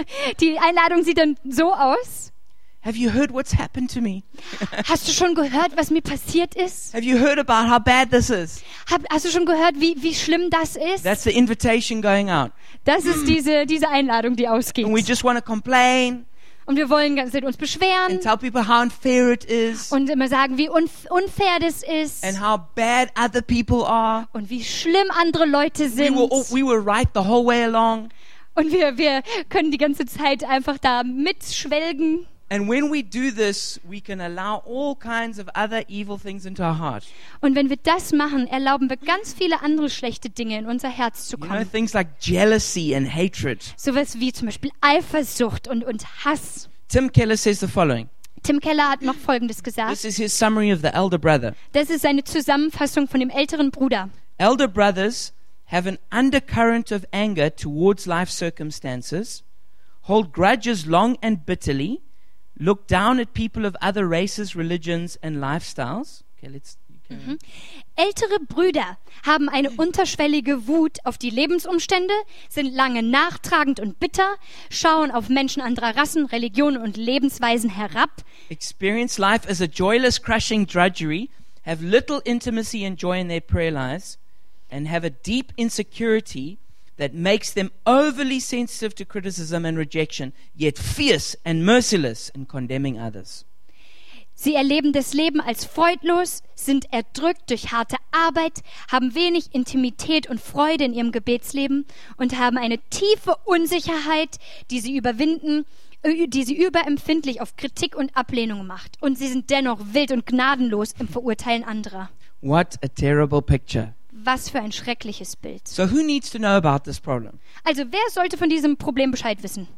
Speaker 1: Die Einladung sieht dann so aus.
Speaker 2: Have you heard what's happened to me?
Speaker 1: Hast du schon gehört, was mir passiert ist?
Speaker 2: Have you heard about how bad this is?
Speaker 1: Hab, hast du schon gehört, wie, wie schlimm das ist?
Speaker 2: That's the invitation going out.
Speaker 1: Das ist diese, diese Einladung, die ausgeht.
Speaker 2: And we
Speaker 1: Und
Speaker 2: just want to complain
Speaker 1: wir wollen ganz- uns beschweren
Speaker 2: and tell people how unfair it is
Speaker 1: und immer sagen, wie unf unfair das ist
Speaker 2: and how bad other people are.
Speaker 1: und wie schlimm andere Leute
Speaker 2: We
Speaker 1: sind.
Speaker 2: were, all,
Speaker 1: Und
Speaker 2: we were right the whole way along.
Speaker 1: wir, wir können die ganze Zeit einfach da mitschwelgen.
Speaker 2: And when we do this, we can allow all kinds of other evil things into our heart.
Speaker 1: Und wenn wir das machen, erlauben wir ganz viele andere schlechte Dinge in unser Herz zu
Speaker 2: You know,
Speaker 1: kommen.
Speaker 2: things like jealousy and hatred.
Speaker 1: Sowas wie zum Beispiel Eifersucht und, und Hass.
Speaker 2: Tim Keller says the following.
Speaker 1: Tim Keller hat noch Folgendes gesagt.
Speaker 2: This is his summary of the elder brother.
Speaker 1: Das ist seine Zusammenfassung von dem älteren Bruder.
Speaker 2: Elder brothers have an undercurrent of anger towards life circumstances, hold grudges long and bitterly, look down at people of other races, religions, and lifestyles. Okay, let's. you carry on.
Speaker 1: Ältere Brüder haben eine unterschwellige Wut auf die Lebensumstände, sind lange nachtragend und bitter, schauen auf Menschen anderer Rassen, Religionen und Lebensweisen herab,
Speaker 2: Experience life as a joyless, crushing drudgery, have little intimacy and joy in their prayer lives, and have a deep insecurity that makes them overly sensitive to criticism and rejection, yet fierce and merciless in condemning others.
Speaker 1: Sie erleben das Leben als freudlos, sind erdrückt durch harte Arbeit, haben wenig Intimität und Freude in ihrem Gebetsleben und haben eine tiefe Unsicherheit, die sie überwinden, äh, die sie überempfindlich auf Kritik und Ablehnung macht. Und sie sind dennoch wild und gnadenlos im Verurteilen anderer.
Speaker 2: What a terrible picture.
Speaker 1: Was für ein schreckliches Bild.
Speaker 2: So, who needs to know about this problem?
Speaker 1: Also wer sollte von diesem Problem Bescheid wissen?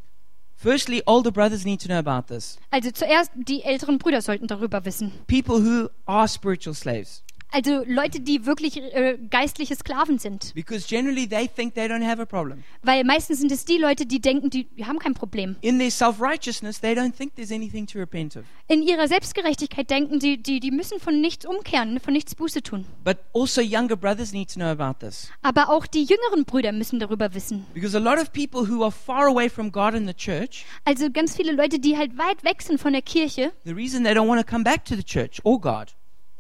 Speaker 2: Firstly, older brothers need to know about this.
Speaker 1: Also zuerst die älteren Brüder sollten darüber wissen.
Speaker 2: People who are spiritual slaves,
Speaker 1: Also Leute, die wirklich äh, geistliche Sklaven sind.
Speaker 2: because generally they think they don't have a problem.
Speaker 1: Weil meistens sind es die Leute, die denken, die haben kein Problem.
Speaker 2: In their self righteousness, they don't think there's anything to repent of.
Speaker 1: In ihrer Selbstgerechtigkeit denken die, die, die müssen von nichts umkehren, von nichts Buße tun.
Speaker 2: But also, younger brothers need to know about this.
Speaker 1: Aber auch die jüngeren Brüder müssen darüber wissen.
Speaker 2: Because a lot of people who are far away from God and the church,
Speaker 1: Also ganz viele Leute, die halt weit weg sind von der Kirche,
Speaker 2: the reason they don't want to come back to the church or God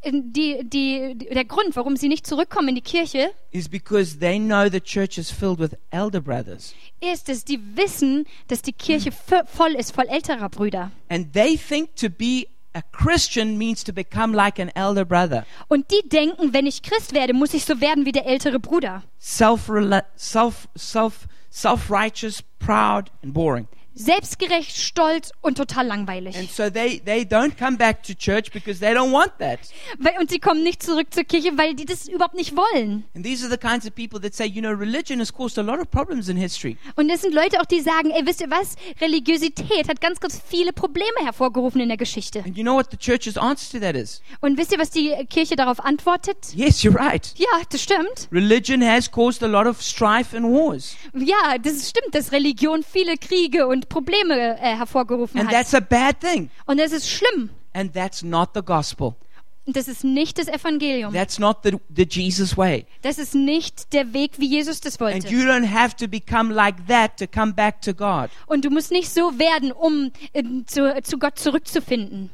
Speaker 1: äh, die, die, der Grund, warum sie nicht zurückkommen in die Kirche,
Speaker 2: is because they know the church is filled with elder brothers.
Speaker 1: ist, dass die wissen, dass die Kirche vo- voll ist, voll älterer Brüder.
Speaker 2: And they think to be a Christian means to become like an elder brother.
Speaker 1: Und die denken, wenn ich Christ werde, muss ich so werden wie der ältere Bruder.
Speaker 2: Self, self, self, self righteous, proud, and boring.
Speaker 1: Selbstgerecht, stolz und total
Speaker 2: And
Speaker 1: langweilig.
Speaker 2: so they, they don't come back to church because they don't want that.
Speaker 1: Weil- Und sie kommen nicht zurück zur Kirche, weil die das überhaupt nicht wollen.
Speaker 2: And these are the kinds of people that say, you know, religion has caused a lot of problems in history.
Speaker 1: Und es sind Leute auch, die sagen, ey, wisst ihr was? Religiosität hat ganz, ganz viele Probleme hervorgerufen in der Geschichte.
Speaker 2: And you know what the church's answer to that is?
Speaker 1: Und wisst ihr, was die Kirche darauf antwortet?
Speaker 2: Yes, you're right.
Speaker 1: Ja, das stimmt.
Speaker 2: Religion has caused a lot of strife and wars.
Speaker 1: Ja, das stimmt, dass Religion viele Kriege und Probleme äh, hervorgerufen
Speaker 2: And
Speaker 1: hat.
Speaker 2: that's a bad thing.
Speaker 1: Und das ist schlimm.
Speaker 2: And that's not the gospel.
Speaker 1: Und das ist nicht das Evangelium.
Speaker 2: That's not the, the Jesus way.
Speaker 1: Das ist nicht der Weg, wie Jesus das
Speaker 2: And
Speaker 1: wollte.
Speaker 2: you don't have to become like that to come back to God.
Speaker 1: Und du musst nicht so werden, um ähm, zu, zu Gott zurückzufinden.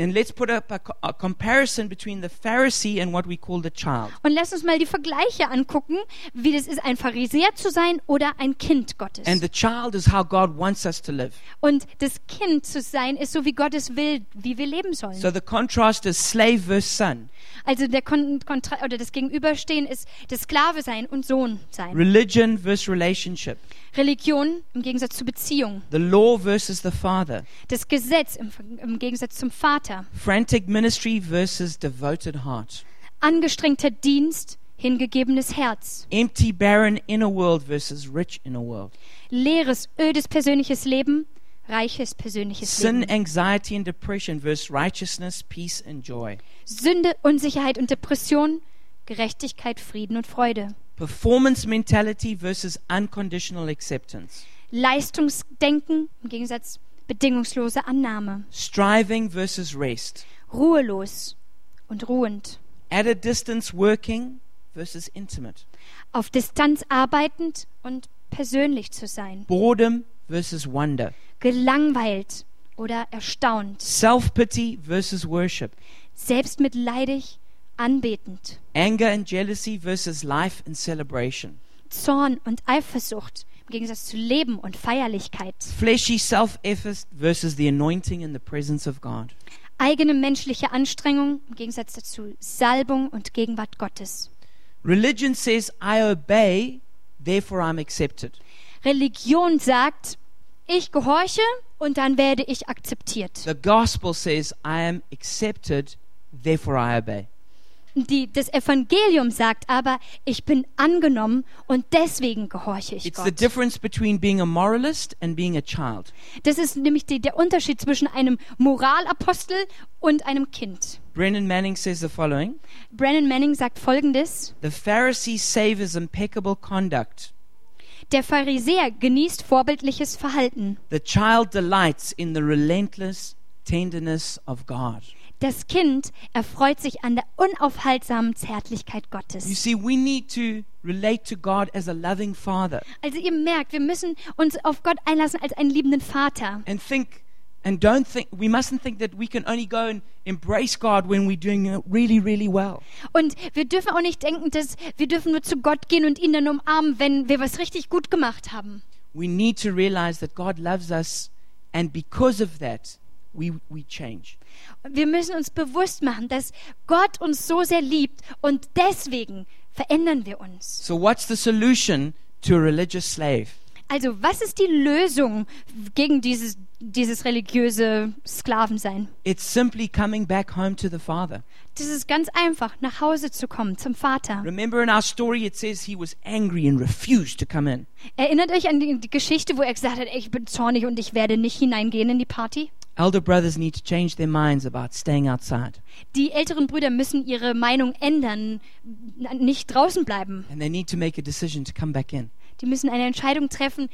Speaker 2: And let's put up a, co- a comparison between the Pharisee and what we call the child.
Speaker 1: Und lass uns mal die Vergleiche angucken, wie das ist, ein Pharisäer zu sein oder ein Kind Gottes.
Speaker 2: And the child is how God wants us to live.
Speaker 1: Und das Kind zu sein ist so, wie Gott es will, wie wir leben sollen.
Speaker 2: So the contrast is slave versus son.
Speaker 1: also der Kon Kontra oder das Gegenüberstehen ist das Sklave sein und Sohn sein.
Speaker 2: Religion versus relationship.
Speaker 1: Religion im Gegensatz zu Beziehung.
Speaker 2: The law versus the father.
Speaker 1: Das Gesetz im, im Gegensatz zum Vater.
Speaker 2: Frantic ministry versus devoted heart.
Speaker 1: Angestrengter Dienst, hingegebenes Herz.
Speaker 2: Empty, barren inner world versus rich inner world.
Speaker 1: Leeres, ödes persönliches Leben, reiches persönliches
Speaker 2: Sin,
Speaker 1: Leben.
Speaker 2: anxiety, and depression versus righteousness, peace, and joy.
Speaker 1: Sünde, Unsicherheit und Depression, Gerechtigkeit, Frieden und Freude.
Speaker 2: Performance mentality versus unconditional acceptance.
Speaker 1: Leistungsdenken im Gegensatz bedingungslose Annahme.
Speaker 2: Striving versus rest.
Speaker 1: Ruhelos und ruhend.
Speaker 2: At a distance working versus intimate.
Speaker 1: Auf Distanz arbeitend und persönlich zu sein.
Speaker 2: Boredom versus wonder.
Speaker 1: Gelangweilt oder erstaunt.
Speaker 2: Self pity versus worship.
Speaker 1: Selbstmitleidig, anbetend.
Speaker 2: Anger and jealousy versus life and celebration.
Speaker 1: Zorn und Eifersucht im Gegensatz zu Leben und Feierlichkeit.
Speaker 2: Fleshy self effort versus the anointing and the presence of God.
Speaker 1: Eigene menschliche Anstrengung im Gegensatz dazu Salbung und Gegenwart Gottes.
Speaker 2: Religion says, I obey, therefore I'm accepted.
Speaker 1: Religion sagt, ich gehorche und dann werde ich akzeptiert.
Speaker 2: The gospel says, I am accepted, therefore I obey.
Speaker 1: Die, das Evangelium sagt aber, ich bin angenommen und deswegen gehorche ich
Speaker 2: It's the
Speaker 1: Gott.
Speaker 2: difference between being a moralist and being a child.
Speaker 1: Das ist nämlich die, der Unterschied zwischen einem Moralapostel und einem Kind.
Speaker 2: Brennan Manning says the following
Speaker 1: Brennan Manning sagt folgendes:
Speaker 2: The Pharisee savours impeccable conduct.
Speaker 1: Der Pharisäer genießt vorbildliches Verhalten.
Speaker 2: The child delights in the relentless tenderness of God.
Speaker 1: Das Kind erfreut sich an der unaufhaltsamen Zärtlichkeit
Speaker 2: You
Speaker 1: Gottes.
Speaker 2: see, we need to relate to God as a loving father
Speaker 1: Also ihr merkt, wir müssen uns auf Gott einlassen als einen liebenden Vater.
Speaker 2: and think and don't think we mustn't think that we can only go and embrace God when we're doing it really, really well.
Speaker 1: Und wir dürfen auch nicht denken, dass wir dürfen nur zu Gott gehen und ihn dann umarmen, wenn wir was richtig gut gemacht haben.
Speaker 2: We need to realize that God loves us and because of that we we change.
Speaker 1: Wir müssen uns bewusst machen, dass Gott uns so sehr liebt und deswegen verändern wir uns.
Speaker 2: So what's the solution to a religious slave?
Speaker 1: Also, was ist die Lösung gegen dieses, dieses religiöse Sklavensein?
Speaker 2: It's simply coming back home to the Father.
Speaker 1: Das ist ganz einfach, nach Hause zu kommen, zum Vater.
Speaker 2: Remember in our story, it says he was angry and refused to come in.
Speaker 1: Erinnert euch an die die Geschichte, wo er gesagt hat, ich bin zornig und ich werde nicht hineingehen in die Party?
Speaker 2: Elder brothers need to change their minds about staying outside,
Speaker 1: Die älteren Brüder müssen ihre Meinung ändern, n- nicht draußen bleiben.
Speaker 2: and they need to make a decision to come back in.
Speaker 1: Die müssen eine Entscheidung treffen,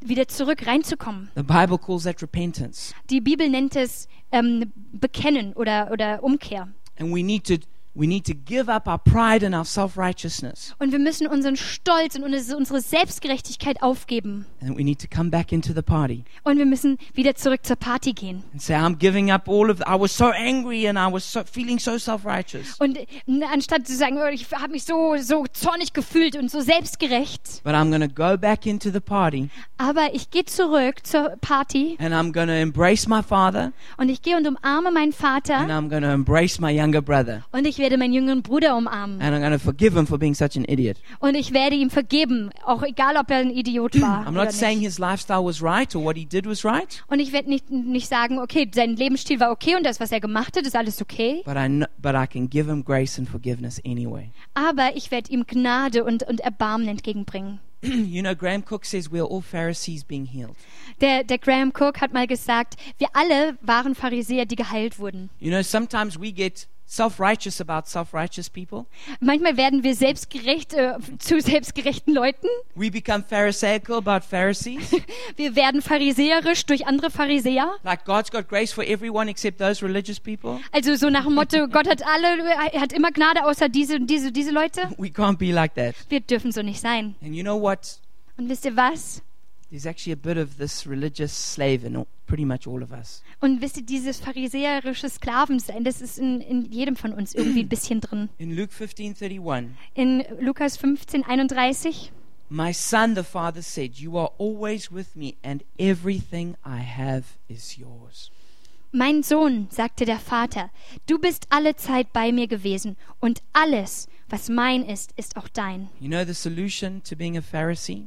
Speaker 1: wieder zurück reinzukommen.
Speaker 2: The Bible calls that repentance,
Speaker 1: Die Bibel nennt es ähm, Bekennen oder, oder Umkehr.
Speaker 2: and we need to we need to give up our pride and our self righteousness,
Speaker 1: Und wir müssen unseren Stolz und unsere unsere Selbstgerechtigkeit aufgeben.
Speaker 2: and we need to come back into the party
Speaker 1: Und wir müssen wieder zurück zur Party gehen.
Speaker 2: and say, "I'm giving up all of. I was so angry, and I was so feeling so self righteous,
Speaker 1: Und äh, anstatt zu sagen, oh, ich habe mich so, so zornig gefühlt und so selbstgerecht,
Speaker 2: but I'm going to go back into the party,
Speaker 1: aber ich gehe zurück zur Party
Speaker 2: and I'm going to embrace my father,
Speaker 1: und ich gehe und umarme meinen
Speaker 2: and
Speaker 1: Vater
Speaker 2: I'm going to embrace my younger brother,
Speaker 1: und ich werde meinen jüngeren Bruder umarmen
Speaker 2: and I'm going to forgive him for being such an idiot.
Speaker 1: und ich werde ihm vergeben, auch egal, ob er ein Idiot war
Speaker 2: I'm
Speaker 1: oder
Speaker 2: not saying
Speaker 1: nicht.
Speaker 2: his lifestyle was right or what he did was right,
Speaker 1: Und ich werde nicht, nicht sagen, okay, sein Lebensstil war okay und das, was er gemacht hat, ist alles okay.
Speaker 2: but I, kn- but I can give him grace and forgiveness anyway.
Speaker 1: Aber ich werde ihm Gnade und, und Erbarmen entgegenbringen.
Speaker 2: you know, Graham Cook says we are all Pharisees being healed.
Speaker 1: Der, der Graham Cook hat mal gesagt, wir alle waren Pharisäer, die geheilt wurden.
Speaker 2: You know, sometimes we get self righteous about self righteous people.
Speaker 1: Manchmal werden wir selbstgerecht äh, zu selbstgerechten Leuten.
Speaker 2: We become Pharisaical about Pharisees.
Speaker 1: Wir werden pharisäerisch durch andere Pharisäer.
Speaker 2: like God's got grace for everyone except those religious people.
Speaker 1: Also so nach dem Motto, Gott hat alle, er hat immer Gnade außer diese und diese, diese Leute.
Speaker 2: We can't be like that.
Speaker 1: Wir dürfen so nicht sein.
Speaker 2: And you know what?
Speaker 1: Und wisst ihr was?
Speaker 2: There's actually a bit of this religious slave in all, pretty much all of us.
Speaker 1: Und wisst ihr, dieses pharisäerische Sklavensein, das ist in, in jedem von uns irgendwie ein bisschen drin.
Speaker 2: In Luke 15:31,
Speaker 1: In Lukas 15, 31.
Speaker 2: my son, the father said, "You are always with me, and everything I have is yours."
Speaker 1: Mein Sohn, sagte der Vater, du bist alle Zeit bei mir gewesen und alles, was mein ist, ist auch dein.
Speaker 2: You know the solution to being a Pharisee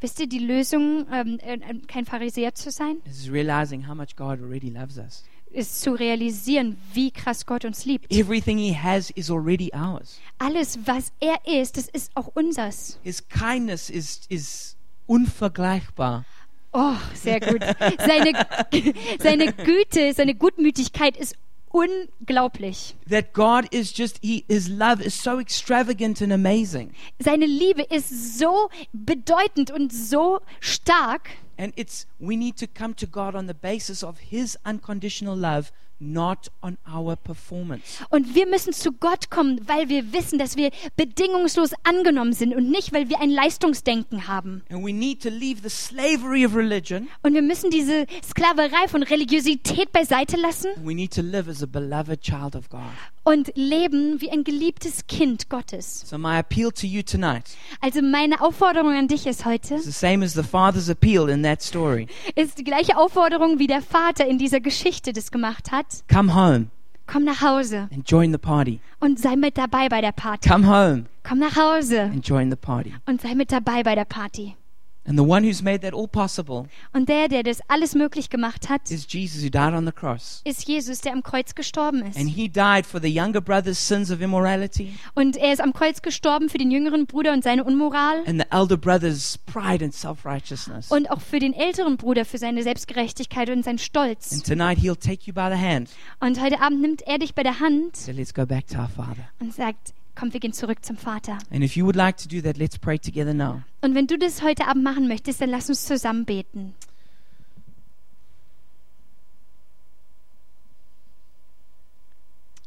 Speaker 1: Wisst ihr, die Lösung, ähm, äh, äh, kein Pharisäer zu sein,
Speaker 2: is realizing how much God already loves us.
Speaker 1: ist zu realisieren, wie krass Gott uns liebt.
Speaker 2: Everything He has is already ours.
Speaker 1: Alles, was er ist, das ist auch unsers.
Speaker 2: His kindness is is unvergleichbar.
Speaker 1: Oh, sehr gut. Seine, seine Güte, seine Gutmütigkeit ist unglaublich.
Speaker 2: That God is just He His love is so extravagant and amazing.
Speaker 1: Seine Liebe ist so bedeutend und so stark.
Speaker 2: And it's we need to come to God on the basis of His unconditional love, not on our performance.
Speaker 1: Und wir müssen zu Gott kommen, weil wir wissen, dass wir bedingungslos angenommen sind und nicht, weil wir ein Leistungsdenken haben.
Speaker 2: And we need to leave the slavery of religion.
Speaker 1: Und wir müssen diese Sklaverei von Religiosität beiseite lassen
Speaker 2: We need to live as a beloved child of God.
Speaker 1: und leben wie ein geliebtes Kind Gottes.
Speaker 2: So my appeal to you tonight
Speaker 1: Also meine Aufforderung an dich ist heute,
Speaker 2: is the same as the father's appeal in that story.
Speaker 1: ist die gleiche Aufforderung, wie der Vater in dieser Geschichte das gemacht hat.
Speaker 2: Come home
Speaker 1: Komm nach Hause
Speaker 2: and join the party.
Speaker 1: und sei mit dabei bei der Party.
Speaker 2: Come home
Speaker 1: Komm nach Hause
Speaker 2: and join the party.
Speaker 1: und sei mit dabei bei der Party.
Speaker 2: And the one who's made that all possible
Speaker 1: Und der, der das alles möglich gemacht hat,
Speaker 2: is Jesus who died on the cross.
Speaker 1: ist Jesus, der am Kreuz gestorben ist.
Speaker 2: And he died for the younger brother's sins of immorality
Speaker 1: Und er ist am Kreuz gestorben für den jüngeren Bruder und seine Unmoral
Speaker 2: and the elder brother's pride and self righteousness.
Speaker 1: und auch für den älteren Bruder für seine Selbstgerechtigkeit und seinen
Speaker 2: And
Speaker 1: Stolz.
Speaker 2: tonight he'll take you by the hand.
Speaker 1: Und heute Abend nimmt er dich bei der Hand
Speaker 2: So let's go back to our Father.
Speaker 1: und sagt, komm, wir gehen zurück zum Vater.
Speaker 2: And if you would like to do that, let's pray together now.
Speaker 1: Und wenn du das heute Abend machen möchtest, dann lass uns zusammen beten.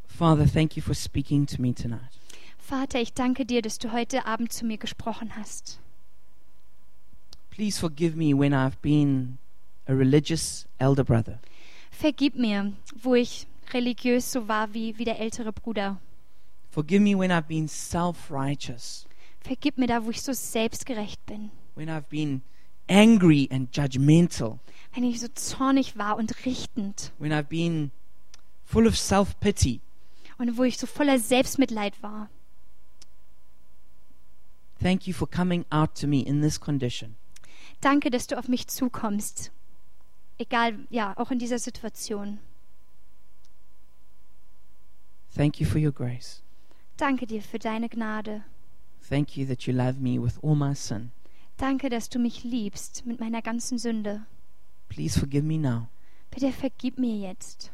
Speaker 2: Father, thank you for speaking to me tonight.
Speaker 1: Vater, ich danke dir, dass du heute Abend zu mir gesprochen hast.
Speaker 2: Please forgive me when I've been a religious elder brother.
Speaker 1: Vergib mir, wo ich religiös so war wie, wie der ältere Bruder.
Speaker 2: Forgive me when I've been self righteous,
Speaker 1: Vergib mir da, wo ich so selbstgerecht bin.
Speaker 2: when I've been angry and judgmental,
Speaker 1: Wenn ich so zornig war und richtend
Speaker 2: when I've been full of self pity.
Speaker 1: und wo ich so voller Selbstmitleid war.
Speaker 2: Thank you for coming out to me in this condition.
Speaker 1: Danke, dass du auf mich zukommst. Egal, ja, auch in dieser Situation.
Speaker 2: Thank you for your grace.
Speaker 1: Danke dir für deine Gnade.
Speaker 2: Thank you that you love me with all my sin.
Speaker 1: Danke, dass du mich liebst mit meiner ganzen Sünde.
Speaker 2: Please forgive me now.
Speaker 1: Bitte vergib mir jetzt.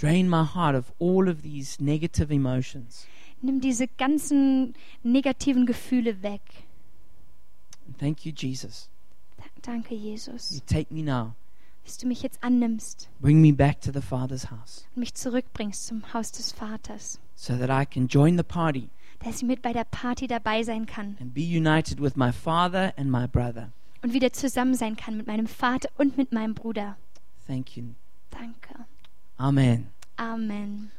Speaker 2: drain my heart of all of these negative emotions.
Speaker 1: Nimm diese ganzen negativen Gefühle weg.
Speaker 2: And thank you, Jesus.
Speaker 1: Da- Danke,
Speaker 2: You
Speaker 1: Jesus,
Speaker 2: take me now,
Speaker 1: dass du mich jetzt annimmst
Speaker 2: bring me back to the Father's house
Speaker 1: und mich zurückbringst zum Haus des Vaters,
Speaker 2: so that I can join the party
Speaker 1: dass ich mit bei der Party dabei sein kann
Speaker 2: and be united with my father and my brother.
Speaker 1: und wieder zusammen sein kann mit meinem Vater und mit meinem Bruder.
Speaker 2: Thank you.
Speaker 1: Danke.
Speaker 2: Amen.
Speaker 1: Amen.